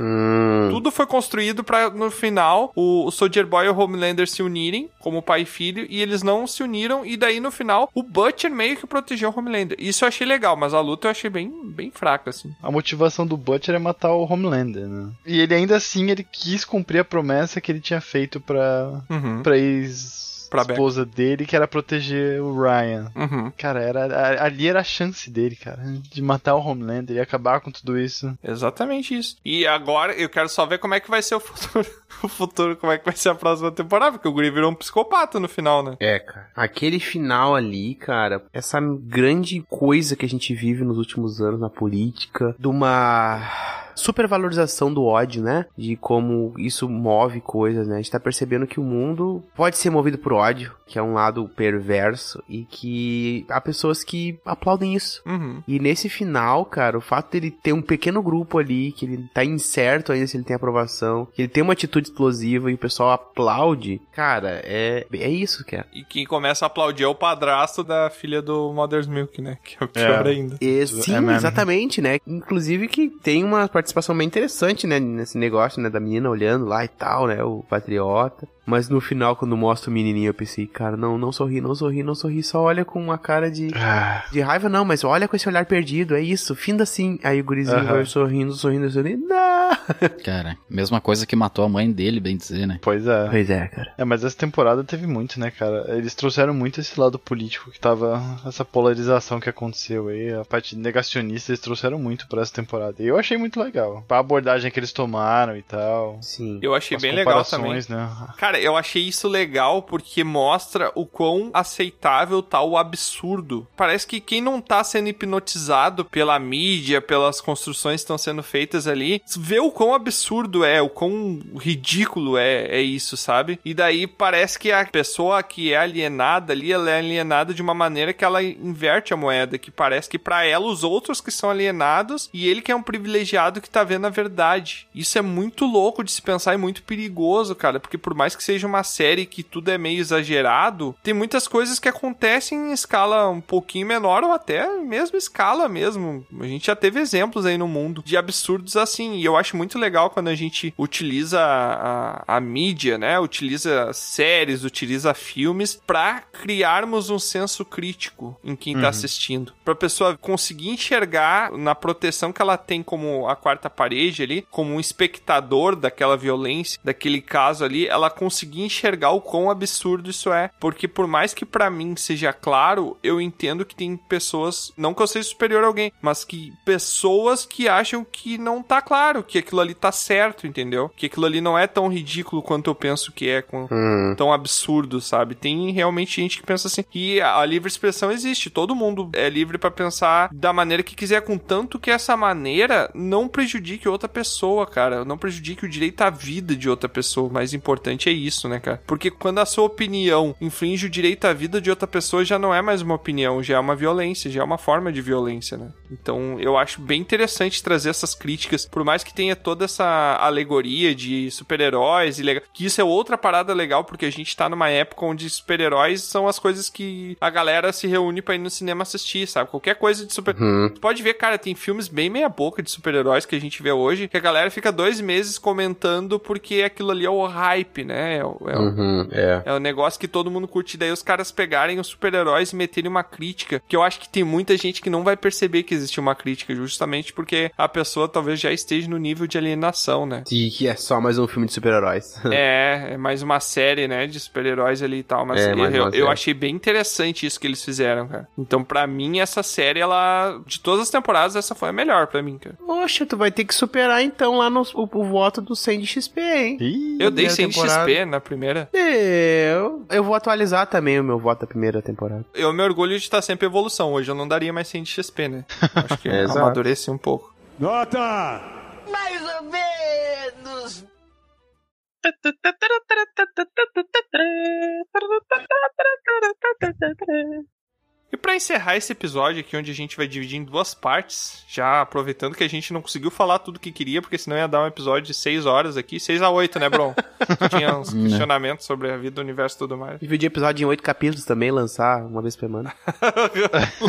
Tudo foi construído pra no final o, o Soldier Boy e o Homelander se unirem como pai e filho e eles não se uniram e daí no final o Butcher meio que protegeu o Homelander. Isso eu achei legal, mas a luta eu achei bem bem fraca assim.
A motivação do Butcher é matar o Homelander, né? E ele ainda assim, ele quis cumprir a promessa que ele tinha feito pra,
Uhum.
pra ex...
Pra Becca.
esposa dele, que era proteger o Ryan.
Uhum.
Cara, era, a- ali era a chance dele, cara, de matar o Homelander e acabar com tudo isso.
Exatamente isso. E agora eu quero só ver como é que vai ser o futuro. [LAUGHS] o futuro, como é que vai ser a próxima temporada, porque o Guri virou um psicopata no final, né?
É, cara. Aquele final ali, cara, essa grande coisa que a gente vive nos últimos anos na política, de uma supervalorização do ódio, né? De como isso move coisas, né? A gente tá percebendo que o mundo pode ser movido por ódio, que é um lado perverso, e que há pessoas que aplaudem isso.
Uhum.
E nesse final, cara, o fato dele ter um pequeno grupo ali, que ele tá incerto ainda se ele tem aprovação, que ele tem uma atitude explosiva e o pessoal aplaude, cara, é, é isso, cara.
E quem começa a aplaudir é o padrasto da filha do Mother's Milk, né? Que é o pior
É.
ainda.
E, sim,
mesmo.
exatamente, né? Inclusive que tem uma participação bem interessante, né? Nesse negócio, né? Da menina olhando lá e tal, né? O patriota. Mas no final, quando mostra o menininho, eu pensei, cara, não, não sorri, não sorri, não sorri. Só olha com uma cara de,
Ah,
de raiva, não. Mas olha com esse olhar perdido, é isso. Finda assim. Aí o gurizinho
Aham.
vai sorrindo, sorrindo, sorrindo. Não!
Cara, mesma coisa que matou a mãe dele, bem dizer, né?
pois é.
Pois é, cara.
É, mas essa temporada teve muito, né, cara? Eles trouxeram muito esse lado político que tava. Essa polarização que aconteceu aí. A parte negacionista eles trouxeram muito pra essa temporada. E eu achei muito legal. A abordagem que eles tomaram e tal.
Sim.
Eu achei
as
bem legal também.
comparações, né?
Cara, eu achei isso legal porque mostra o quão aceitável tá o absurdo. Parece que quem não tá sendo hipnotizado pela mídia, pelas construções que estão sendo feitas ali, vê o quão absurdo é, o quão ridículo é, é isso, sabe? E daí parece que a pessoa que é alienada ali, ela é alienada de uma maneira que ela inverte a moeda, que parece que pra ela os outros que são alienados e ele que é um privilegiado que tá vendo a verdade. Isso é muito louco de se pensar e muito perigoso, cara, porque por mais que seja uma série que tudo é meio exagerado, tem muitas coisas que acontecem em escala um pouquinho menor ou até mesmo escala mesmo. A gente já teve exemplos aí no mundo de absurdos assim, e eu acho muito legal quando a gente utiliza a, a- a mídia, né? Utiliza séries, utiliza filmes pra criarmos um senso crítico em quem tá assistindo. Pra pessoa conseguir enxergar na proteção que ela tem como a quarta parede ali, como um espectador daquela violência, daquele caso ali, ela conseguir consegui enxergar o quão absurdo isso é. Porque por mais que pra mim seja claro, eu entendo que tem pessoas, não que eu seja superior a alguém, mas que pessoas que acham que não tá claro, que aquilo ali tá certo, entendeu? Que aquilo ali não é tão ridículo quanto eu penso que é, com-
Hum.
tão absurdo, sabe? Tem realmente gente que pensa assim, que a a livre expressão existe, todo mundo é livre pra pensar da maneira que quiser, contanto que essa maneira não prejudique outra pessoa, cara, não prejudique o direito à vida de outra pessoa. O mais importante é isso, né, cara? Porque quando a sua opinião infringe o direito à vida de outra pessoa, já não é mais uma opinião, já é uma violência, já é uma forma de violência, né? Então, eu acho bem interessante trazer essas críticas, por mais que tenha toda essa alegoria de super-heróis e legal, que isso é outra parada legal porque a gente tá numa época onde super-heróis são as coisas que a galera se reúne pra ir no cinema assistir, sabe? Qualquer coisa de super
Uhum.
Tu pode ver, cara, tem filmes bem meia boca de super-heróis que a gente vê hoje, que a galera fica dois meses comentando porque aquilo ali é o hype, né? É o, é o-
Uhum, é.
é um negócio que todo mundo curte. Daí os caras pegarem os super-heróis e meterem uma crítica. Que eu acho que tem muita gente que não vai perceber que existe uma crítica, justamente porque a pessoa talvez já esteja no nível de alienação,
[LAUGHS]
né?
E que é só mais um filme de super-heróis.
É, é mais uma série, né, de super-heróis ali e tal, mas
É,
eu,
mais uma
eu
série.
achei bem interessante isso que eles fizeram, cara. Então, pra mim, essa série, ela, de todas as temporadas, essa foi a melhor pra mim, cara.
[LAUGHS] Poxa, tu vai ter que superar então lá no, o, o voto do 100 de XP, hein?
Ih,
Eu dei
primeira
100 de
temporada.
XP na primeira.
Eu, eu vou atualizar também o meu voto da primeira temporada.
Eu me orgulho de estar sempre em evolução. Hoje eu não daria mais 100 de
[LAUGHS]
XP, né? Acho que
É,
eu
exato.
amadureci um pouco. E pra encerrar esse episódio aqui, onde a gente vai dividir em duas partes, já aproveitando que a gente não conseguiu falar tudo que queria, porque senão ia dar um episódio de 6 horas aqui, 6 a 8, né, Bron? Que tinha uns
Né.
questionamentos sobre a vida, o universo e tudo mais. [LAUGHS]
Dividir episódio em oito capítulos também, lançar uma vez por semana.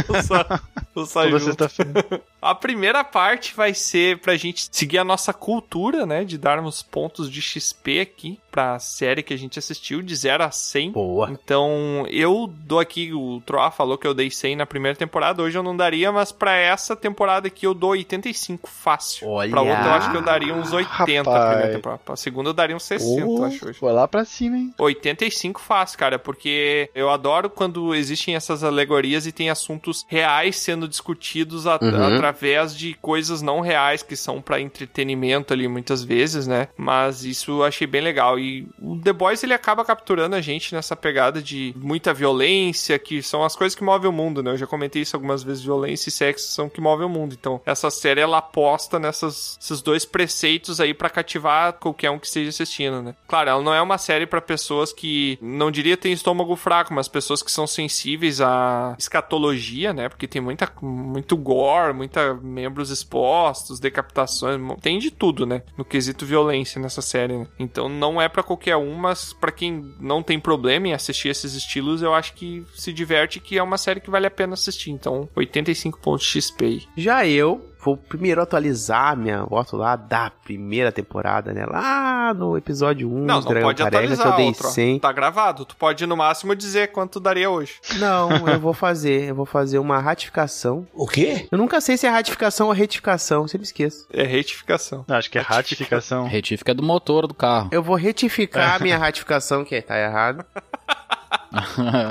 Lançar- lançar
Toda
junto. [LAUGHS]
sexta-feira.
A primeira parte vai ser pra gente seguir a nossa cultura, né, de darmos pontos de XP aqui pra série que a gente assistiu, de 0 a 100.
Boa.
Então, eu dou aqui, o Troá falou que eu dei 100 na primeira temporada, hoje eu não daria, mas pra essa temporada aqui eu dou 85, fácil.
Olha.
Pra outra eu acho que eu daria uns 80 na primeira
Rapaz.
temporada, pra segunda eu daria uns 60,
Ô,
acho hoje.
Foi lá pra cima, hein?
85 faz, cara, porque eu adoro quando existem essas alegorias e tem assuntos reais sendo discutidos at-
Uhum.
através de coisas não reais que são pra entretenimento ali muitas vezes, né? Mas isso eu achei bem legal e o The Boys ele acaba capturando a gente nessa pegada de muita violência, que são as coisas que movem o mundo, né? Eu já comentei isso algumas vezes, violência e sexo são o que movem o mundo. Então, essa série ela aposta nessas esses dois preceitos aí pra cativar qualquer um que esteja assistindo, né? Claro, ela não é uma série pra pessoas que não diria tem estômago fraco, mas pessoas que são sensíveis à escatologia, né? Porque tem muita muito gore, muita membros expostos, decapitações, mo- tem de tudo, né? No quesito violência nessa série. né? Então não é pra qualquer um, mas pra quem não tem problema em assistir esses estilos, eu acho que se diverte que é uma série que vale a pena assistir. Então, 85 pontos XP. aí.
Já eu vou primeiro atualizar minha voto lá da primeira temporada, né? Lá no episódio 1
Não,
do
não pode
Careca, que eu
atualizar
dei
outro. ó. [LAUGHS]
100.
Tá gravado. Tu pode no máximo dizer quanto daria hoje.
Não, eu vou fazer. Eu vou fazer uma ratificação.
O quê?
Eu nunca sei se é ratificação ou retificação, sempre esqueço.
É retificação.
Não, acho que é ratificação.
Retífica do motor do carro.
Eu vou retificar a
[LAUGHS]
minha ratificação, que tá errado.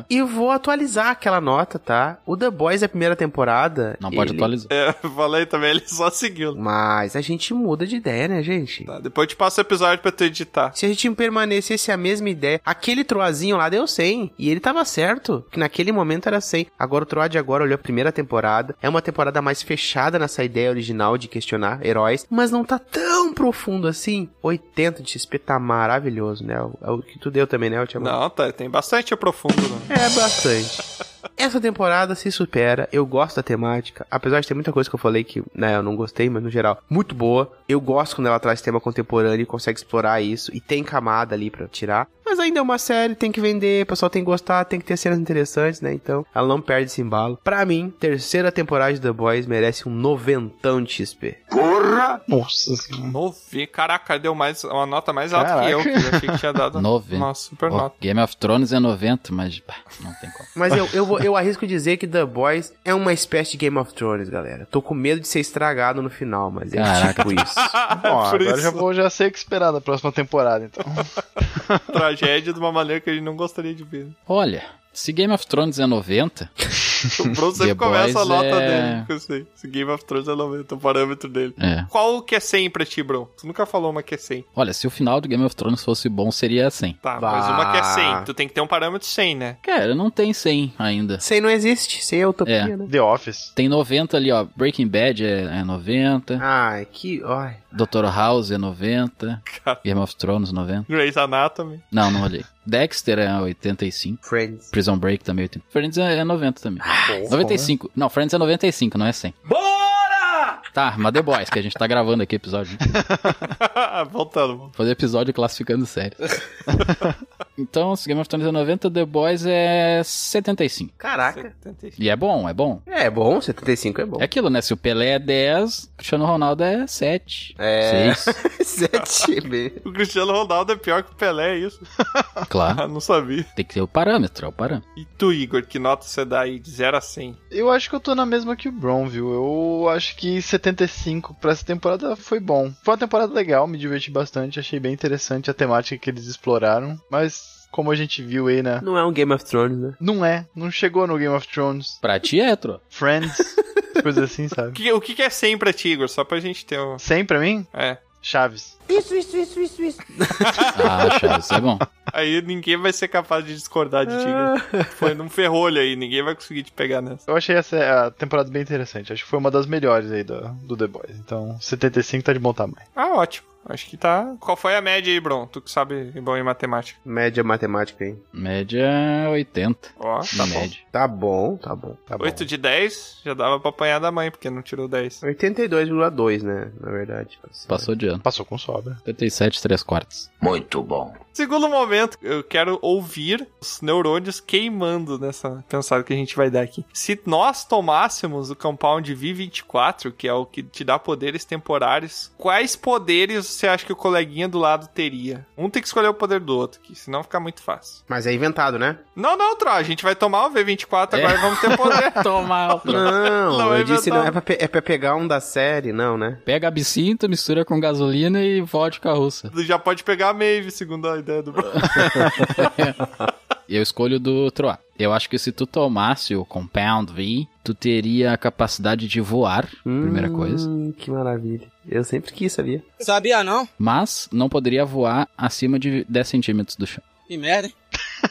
E vou atualizar aquela nota, tá? O The Boys, a primeira temporada.
[LAUGHS] Não pode
ele-
atualizar.
É, eu [LAUGHS] falei também, ele só seguiu.
Mas a gente muda de ideia, né, gente?
Tá, depois eu te passo o episódio pra tu editar.
Se a gente permanecesse a mesma ideia, aquele troazinho lá deu 100. E ele tava certo, que naquele momento era 100. Agora o troa de agora olhou a primeira temporada. É uma temporada mais fechada nessa ideia original de questionar heróis. Mas não tá tão profundo assim. 80 de XP tá maravilhoso, né? O- É o que tu deu também, né, Tiago?
Não, tá, tem bastante profundo, né?
É bastante. Essa temporada se supera, eu gosto da temática, apesar de ter muita coisa que eu falei que, né, eu não gostei, mas no geral, muito boa. Eu gosto quando ela traz tema contemporâneo e consegue explorar isso, e tem camada ali pra tirar. Mas ainda é uma série, tem que vender, o pessoal tem que gostar, tem que ter cenas interessantes, né, então ela não perde esse embalo. Pra mim, terceira temporada de The Boys merece um noventão de XP.
[LAUGHS]
Nossa senhora.
Nove. Caraca, deu mais uma nota mais alta
Caraca.
que eu, que eu achei que tinha dado
[LAUGHS] Nove.
é uma super
Ó,
nota. [LAUGHS]
Game of Thrones é 90, mas pá, não tem como.
Mas eu, eu, vou- eu arrisco dizer que The Boys é uma espécie de Game of Thrones, galera. Tô com medo de ser estragado no final, mas é
Caraca.
tipo isso.
Bom,
Ah, É Por
agora
isso. [LAUGHS]
eu já vou já sei o que esperar da próxima temporada, então.
tragédia de uma maneira que a gente não gostaria de ver.
Olha, se Game of Thrones é 90,
O Bruno sempre
The
começa a
Boys
nota
é-
dele com isso aí. Esse Game of Thrones é 90, o parâmetro dele.
É.
Qual que é 100 pra ti, Bruno? Tu nunca falou uma que é 100.
olha, se o final do Game of Thrones fosse bom, seria 100.
Tá,
Bah.
mas uma que é 100. Tu tem que ter um parâmetro 100, né?
Cara, não tem 100 ainda.
Sei não existe, sei é utopia,
É.
né?
The Office.
Tem 90 ali, ó. Breaking Bad é, é 90.
Ai, que. Ai.
Dr. House é 90.
Cara.
Game of Thrones 90.
Grey's Anatomy. [LAUGHS]
Não, não olhei. Dexter é 85.
Friends.
Prison Break também é 80. Friends é é 90 também.
Porra.
95. Não, Friends é 95, não é 100.
Bora!
Tá, mas The Boys, que a gente tá gravando aqui episódio.
Voltando.
Fazer episódio classificando séries. então, se Game of Thrones é 90, The Boys é 75.
Caraca.
E é bom, é bom.
É bom, 75 é bom.
É aquilo, né? Se o Pelé é 10, Cristiano Ronaldo é 7.
É.
6,
[LAUGHS] 7B.
O Cristiano Ronaldo é pior que o Pelé, é isso?
claro.
Ah, não sabia.
Tem que ter o parâmetro, é o parâmetro.
E tu, Igor, que nota você dá aí de 0 a 100?
Eu acho que eu tô na mesma que o Bron, viu? Eu acho que 75 pra essa temporada foi bom. Foi uma temporada legal, me diverti bastante, achei bem interessante a temática que eles exploraram, mas como a gente viu aí, né?
Não é um Game of Thrones, né?
Não é, não chegou no Game of Thrones,
Pra ti é, tro.
[LAUGHS] Friends, coisas assim,
O
sabe?
que, o que que é 100 pra ti, Igor? Só pra gente ter um...
100 pra mim?
É.
Chaves.
Ah, Chaves, é bom.
Aí ninguém vai ser capaz de discordar de ti. Igor. Foi num ferrolho aí, ninguém vai conseguir te pegar nessa.
Eu achei essa a temporada bem interessante, acho que foi uma das melhores aí do, do The Boys. Então, 75 tá de bom tamanho.
Ah, ótimo. Acho que tá. Qual foi a média aí, Bron? Tu que sabe é bom em matemática.
Média matemática aí.
Média 80.
Ó,
Tá
tá bom.
média.
Tá bom, tá bom.
Tá bom.
8 de 10 já dava pra apanhar da mãe, porque não tirou 10.
82,2, né? Na verdade.
Passou de ano.
Passou com sobra.
77, 3 quartos.
Muito bom.
Segundo momento, eu quero ouvir os neurônios queimando nessa pensada que a gente vai dar aqui. Se nós tomássemos o compound V24, que é o que te dá poderes temporários, quais poderes você acha que o coleguinha do lado teria? Um tem que escolher o poder do outro, que senão fica muito fácil.
Mas é inventado, né?
Não, não, Tro, a gente vai tomar o V24 agora
É.
e vamos
[LAUGHS]
ter poder.
Toma, Tro.
Não,
[LAUGHS] Não, é
eu disse não, é
inventado.
pra, pe- é pra pegar um da série, não, né?
Pega absinto, mistura com gasolina e vodka russa.
Já pode pegar a Maeve, segundo a ideia do Bruno.
Eu escolho do Troá. Eu acho que se tu tomasse o Compound V, tu teria a capacidade de voar, primeira
Hum,
coisa.
Que maravilha. Eu sempre quis, sabia?
Sabia não?
Mas não poderia voar acima de 10 centímetros do chão.
Que merda, hein?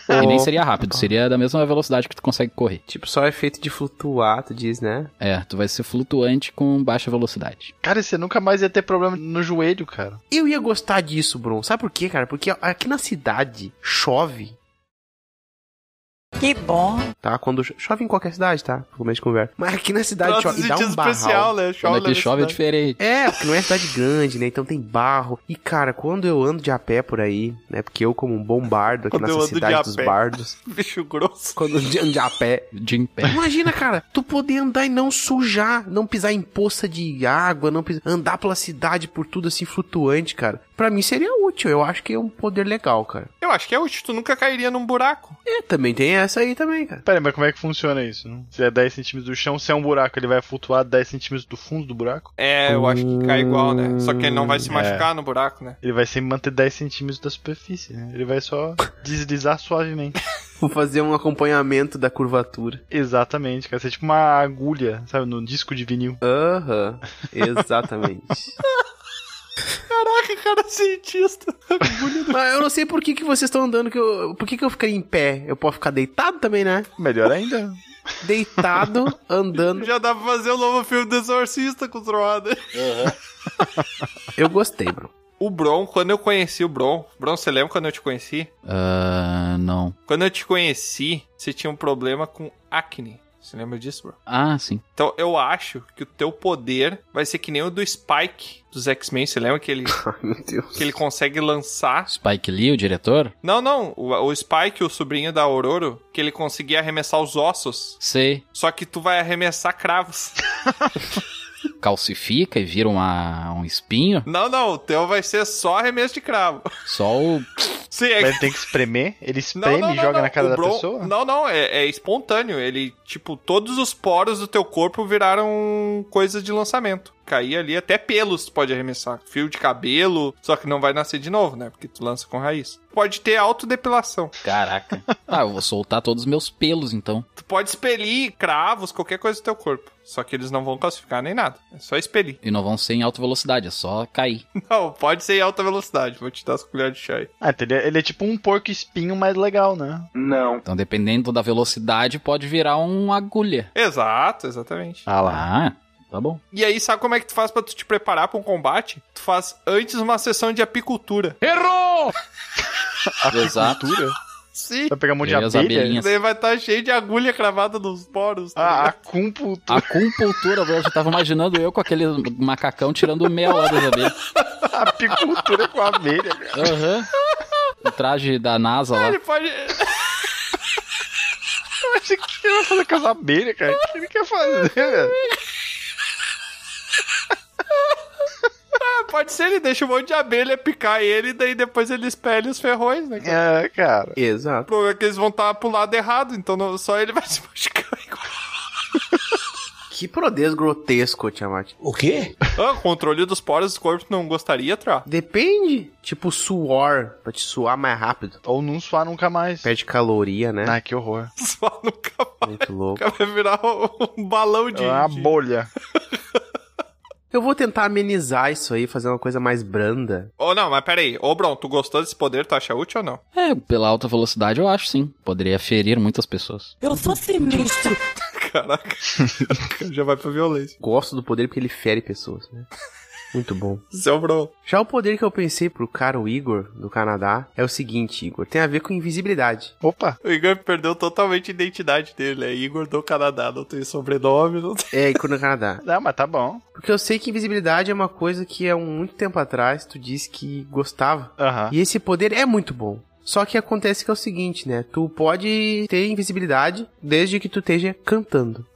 E nem
Ô,
seria rápido, seria da mesma velocidade que tu consegue correr.
Tipo, só efeito de flutuar, tu diz, né?
É, tu vai ser flutuante com baixa velocidade.
Cara, e você nunca mais ia ter problema no joelho, cara.
Eu ia gostar disso, Bruno. Sabe por quê, cara? Porque aqui na cidade chove,
Que bom.
tá? Quando cho- chove em qualquer cidade, tá? Pro começo de conversa. Mas aqui na cidade
Nossa,
chove e dá
sentido
um barral.
especial, né?
Quando aqui
na
chove
cidade.
é diferente.
É, porque não é cidade grande, né? Então tem barro. E, cara, quando eu ando de a pé por aí, né? Porque eu, como um bom bardo aqui
Quando eu
nessa
ando de a
cidade dos
pé. [LAUGHS]
bardos,
Bicho grosso.
quando eu ando de a pé.
De em pé.
Imagina, cara, tu poder andar e não sujar, não pisar em poça de água, não pisar, andar pela cidade por tudo assim flutuante, cara. Pra mim seria útil, eu acho que é um poder legal, cara.
Eu acho que é útil, tu nunca cairia num buraco.
É, também tem essa aí também, cara.
Pera aí, mas como é que funciona isso? Se é 10 centímetros do chão, se é um buraco, ele vai flutuar 10 centímetros do fundo do buraco?
É, eu acho que cai igual, né? Só que ele não vai se
É.
machucar no buraco, né?
Ele vai sempre manter 10 centímetros da superfície, né? Ele vai só [LAUGHS] deslizar suavemente.
Vou fazer um acompanhamento da curvatura.
Exatamente, cara. Isso é tipo uma agulha, sabe? No disco de vinil.
Aham, exatamente.
Caraca, [LAUGHS] cara cientista.
[LAUGHS] Mas eu não sei por que, que vocês estão andando, que eu, por que, que eu ficaria em pé? Eu posso ficar deitado também, né?
Melhor ainda.
[LAUGHS] Deitado, andando.
Já dá pra fazer o novo filme do Exorcista com o Troada.
Eu gostei, bro.
O Bron, quando eu conheci o Bron... Bron, você lembra quando eu te conheci?
Ah, não.
Quando eu te conheci, você tinha um problema com acne. Você lembra disso, Bron?
Ah, sim.
Então, eu acho que o teu poder vai ser que nem o do Spike, dos X-Men. Você lembra que [LAUGHS] ele,
Ai, meu Deus.
que ele consegue lançar
Spike Lee, o diretor?
Não, não. O, o Spike, o sobrinho da Aurora, que ele conseguia arremessar os ossos.
Sei.
Só que tu vai arremessar cravos.
Calcifica e vira uma, um espinho.
Não, não. O teu vai ser só arremesso de cravo. [LAUGHS]
Só o.
Sim, é
Mas
que...
ele tem que espremer? Ele
Não,
espreme
não,
e
não,
joga
não.
na cara
O
da
Bron-
pessoa?
Não, não. É, é espontâneo. Ele, tipo, todos os poros do teu corpo viraram coisa de lançamento. cair ali, até pelos tu pode arremessar. Fio de cabelo, só que não vai nascer de novo, né? Porque tu lança com raiz. Pode ter autodepilação.
Caraca. [LAUGHS] ah, eu vou soltar todos os meus pelos, então.
Tu pode expelir cravos, qualquer coisa do teu corpo. Só que eles não vão classificar nem nada. É só expelir. [LAUGHS]
E não vão ser em alta velocidade, é só cair.
Não, pode ser em alta velocidade. Vou te dar as colheres de chá aí.
Ah, ele é, ele é tipo um porco espinho mais legal, né?
Não.
Então, dependendo da velocidade, pode virar uma agulha.
Exato, exatamente.
Ah lá. Tá bom.
E aí, sabe como é que tu faz pra tu te preparar pra um combate? Tu faz antes uma sessão de apicultura.
Errou!
Exato.
Sim.
Ah, Vai pegar um monte de
E as
abelha?
abelhinhas.
Daí vai estar cheio de agulha cravada nos poros. tá
Ah,
ligado?
acupuntura.
Acupuntura, eu já tava imaginando eu com aquele macacão tirando meia hora das abelhas.
Apicultura com abelha, cara.
Aham. O traje da NASA lá.
Ele pode. é,
Mas o que ele vai fazer com as abelhas, cara? O que ele quer fazer, velho?
Ah, Pode ser, ele deixa um monte de abelha picar ele, daí depois ele espelha os ferrões, né? cara?
É, cara.
O
Exato.
problema é que eles vão estar pro lado errado, então não- só ele vai [LAUGHS] se machucar.
Que prodez grotesco, Tiamat.
O quê?
ah, controle dos poros do corpo não gostaria, Tra? [LAUGHS]
Depende. Tipo, suor. Pra te suar mais rápido.
Ou não suar nunca mais.
Perde caloria, né?
Ah, que horror.
Só nunca mais.
[LAUGHS] Muito louco.
Nunca vai virar um balão de.
É uma
de-
bolha.
Eu vou tentar amenizar isso aí, fazer uma coisa mais branda.
Ô, não, mas peraí. Ô, Bron, tu gostou desse poder? Tu acha útil ou não?
É, pela alta velocidade eu acho sim. Poderia ferir muitas [LAUGHS] pessoas.
Eu sou sinistro.
Caraca. Já vai pra violência.
Gosto do poder porque ele fere pessoas, [LAUGHS] né? Muito bom.
Seu Bron.
Já o poder que eu pensei pro cara, o Igor, do Canadá, é o seguinte, Igor. Tem a ver com invisibilidade.
Opa.
O Igor perdeu totalmente a identidade dele. É Igor do Canadá. Não tem sobrenome, não tem.
É, Igor do Canadá.
Não, mas tá bom.
Porque eu sei que invisibilidade é uma coisa que há muito tempo atrás tu disse que gostava.
Aham.
E esse poder é muito bom. Só que acontece que é o seguinte, né? Tu pode ter invisibilidade desde que tu esteja cantando.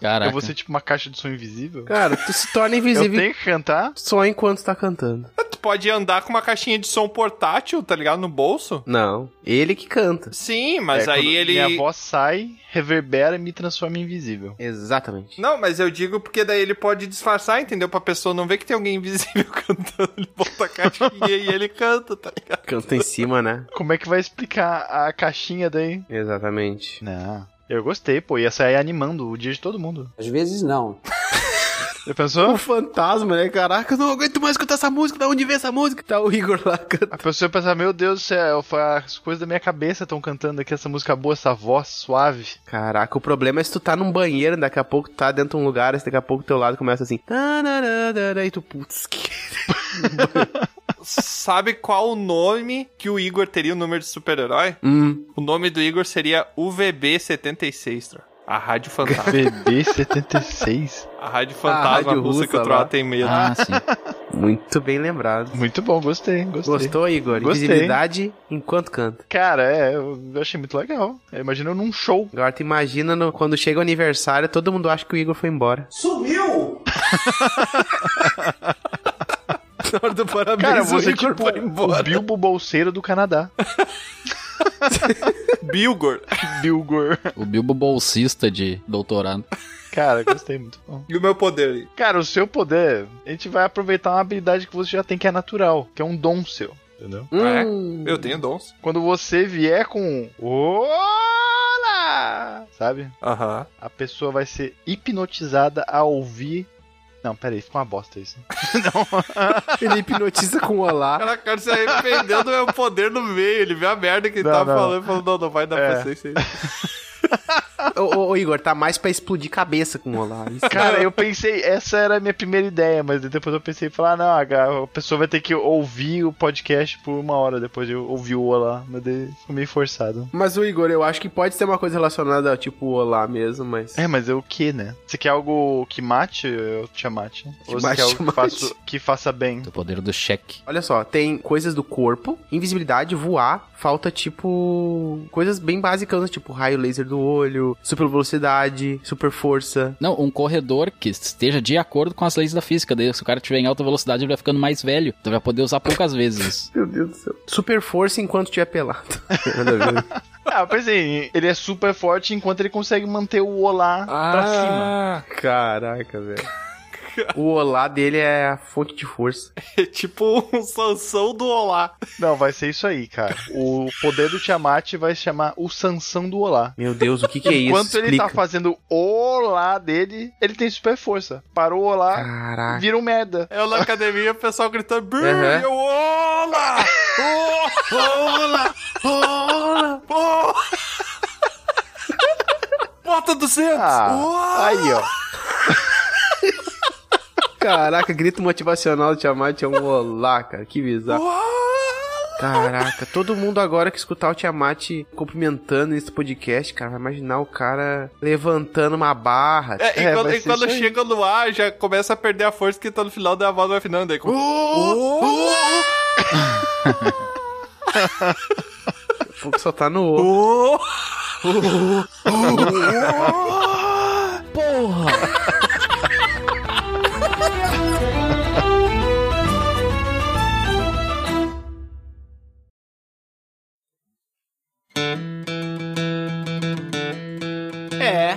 Caraca.
Eu vou ser tipo uma caixa de som invisível?
Cara, tu se torna
Eu
invisível
tenho que cantar?
só enquanto tá cantando.
Tu pode andar com uma caixinha de som portátil, tá ligado? No bolso?
Não, ele que canta.
Sim, mas
É,
aí
quando
ele.
Minha voz sai, reverbera e me transforma em invisível.
Exatamente.
Não, mas eu digo porque daí ele pode disfarçar, entendeu? Pra pessoa não ver que tem alguém invisível [LAUGHS] cantando. Ele bota a caixinha e ele canta, tá ligado?
Canta em cima, né?
Como é que vai explicar a caixinha daí?
Exatamente.
Não. Eu gostei, pô. Ia sair animando o dia de todo mundo.
Às vezes não.
Já pensou?
O fantasma, né? Caraca, eu não aguento mais escutar essa música. Da onde vem essa música? Tá o Igor lá cantando.
A pessoa ia pensar, meu Deus do céu, foi as coisas da minha cabeça estão cantando aqui, essa música boa, essa voz suave.
Caraca, o problema é se tu tá num banheiro, daqui a pouco tu tá dentro de um lugar, aí daqui a pouco teu lado começa assim. "Tarararara", E tu, putz, que.
Sabe qual o nome que o Igor teria o número de super-herói?
Hum.
O nome do Igor seria UVB76, Tro. A Rádio [LAUGHS] Fantasma.
BB76.
A Rádio Fantasma
A rádio
russa, que o
russa
Troá
lá.
tem medo.
Ah, sim.
Muito bem lembrado.
Muito bom, gostei, gostei.
Gostou, Igor?
Gostei.
Invisibilidade enquanto canta.
Cara, é, eu eu achei muito legal. Eu imagino eu num show.
Agora tu imagina no- quando chega o aniversário, todo mundo acha que o Igor foi embora.
Sumiu!
Hora do parabéns,
Cara, você tipo o Bilbo Bolseiro do Canadá.
Bilgor.
[LAUGHS] Bilgor.
O Bilbo bolsista de doutorado.
Cara, gostei, muito bom.
E o meu poder aí?
Cara, o seu poder, a gente vai aproveitar uma habilidade que você já tem que é natural, que é um dom seu. Entendeu?
É, eu tenho dons.
Quando você vier com. um, Olá! Sabe?
Aham.
A pessoa vai ser hipnotizada a ouvir. Não, peraí, ficou uma bosta isso.
Ele hipnotiza com o
O
olá.
cara, cara se arrependeu do meu poder no meio. Ele vê a merda que ele
Não,
tava
não.
falando e falou: não, não vai dar
É.
pra ser isso aí. [LAUGHS]
ô, ô, ô, Igor, tá mais pra explodir cabeça com o olá. Isso.
Cara, eu pensei, essa era a minha primeira ideia, mas depois eu pensei em falar, não, a a pessoa vai ter que ouvir o podcast por uma hora depois de eu ouvir o Olá. Mas daí ficou meio forçado.
Mas o Igor, eu acho que pode ser uma coisa relacionada ao tipo olá mesmo, mas.
É, mas é o que, né? Você quer algo que mate ou te mate? Ou você
mate,
quer algo que
mate.
faça, que faça bem?
Do poder do cheque.
Olha só, tem coisas do corpo, invisibilidade, voar, falta tipo. coisas bem básicas, tipo raio laser do olho, super velocidade, super força.
Não, um corredor que esteja de acordo com as leis da física. Daí, se o cara tiver em alta velocidade, ele vai ficando mais velho. Então vai poder usar poucas vezes.
[LAUGHS] Meu Deus do céu. Super força enquanto tiver pelado. Nada a ver.
Ah, eu pensei, ele é super forte enquanto ele consegue manter o olá
Ah.
pra cima.
Caraca, velho. O olá dele é a fonte de força.
É tipo um Sansão do Olá.
Não, vai ser isso aí, cara. O poder do Tiamat vai se chamar o Sansão do Olá.
Meu Deus, o que, que é isso?
Enquanto ele tá
Explica.
fazendo o olá dele, ele tem super força. Parou o olá,
Caraca.
vira um merda.
Eu na academia, o pessoal gritando, "Brrr",
Aham.
e eu,
[LAUGHS]
olá! Olá! Olá! Olá! Bota 200!
Ah,
Olá!
aí, ó.
Caraca, grito motivacional do Tiamat é um olá, cara. Que bizarro. Caraca, todo mundo agora que escutar o Tiamat cumprimentando esse podcast, cara, vai imaginar o cara levantando uma barra. tipo,
É, e
É,
quando,
vai
e
ser
quando
isso aí.
chega no ar, já começa a perder a força que tá no final da voz vai afinando.
Uh,
Daí, como...
O fogo só tá no o.
É,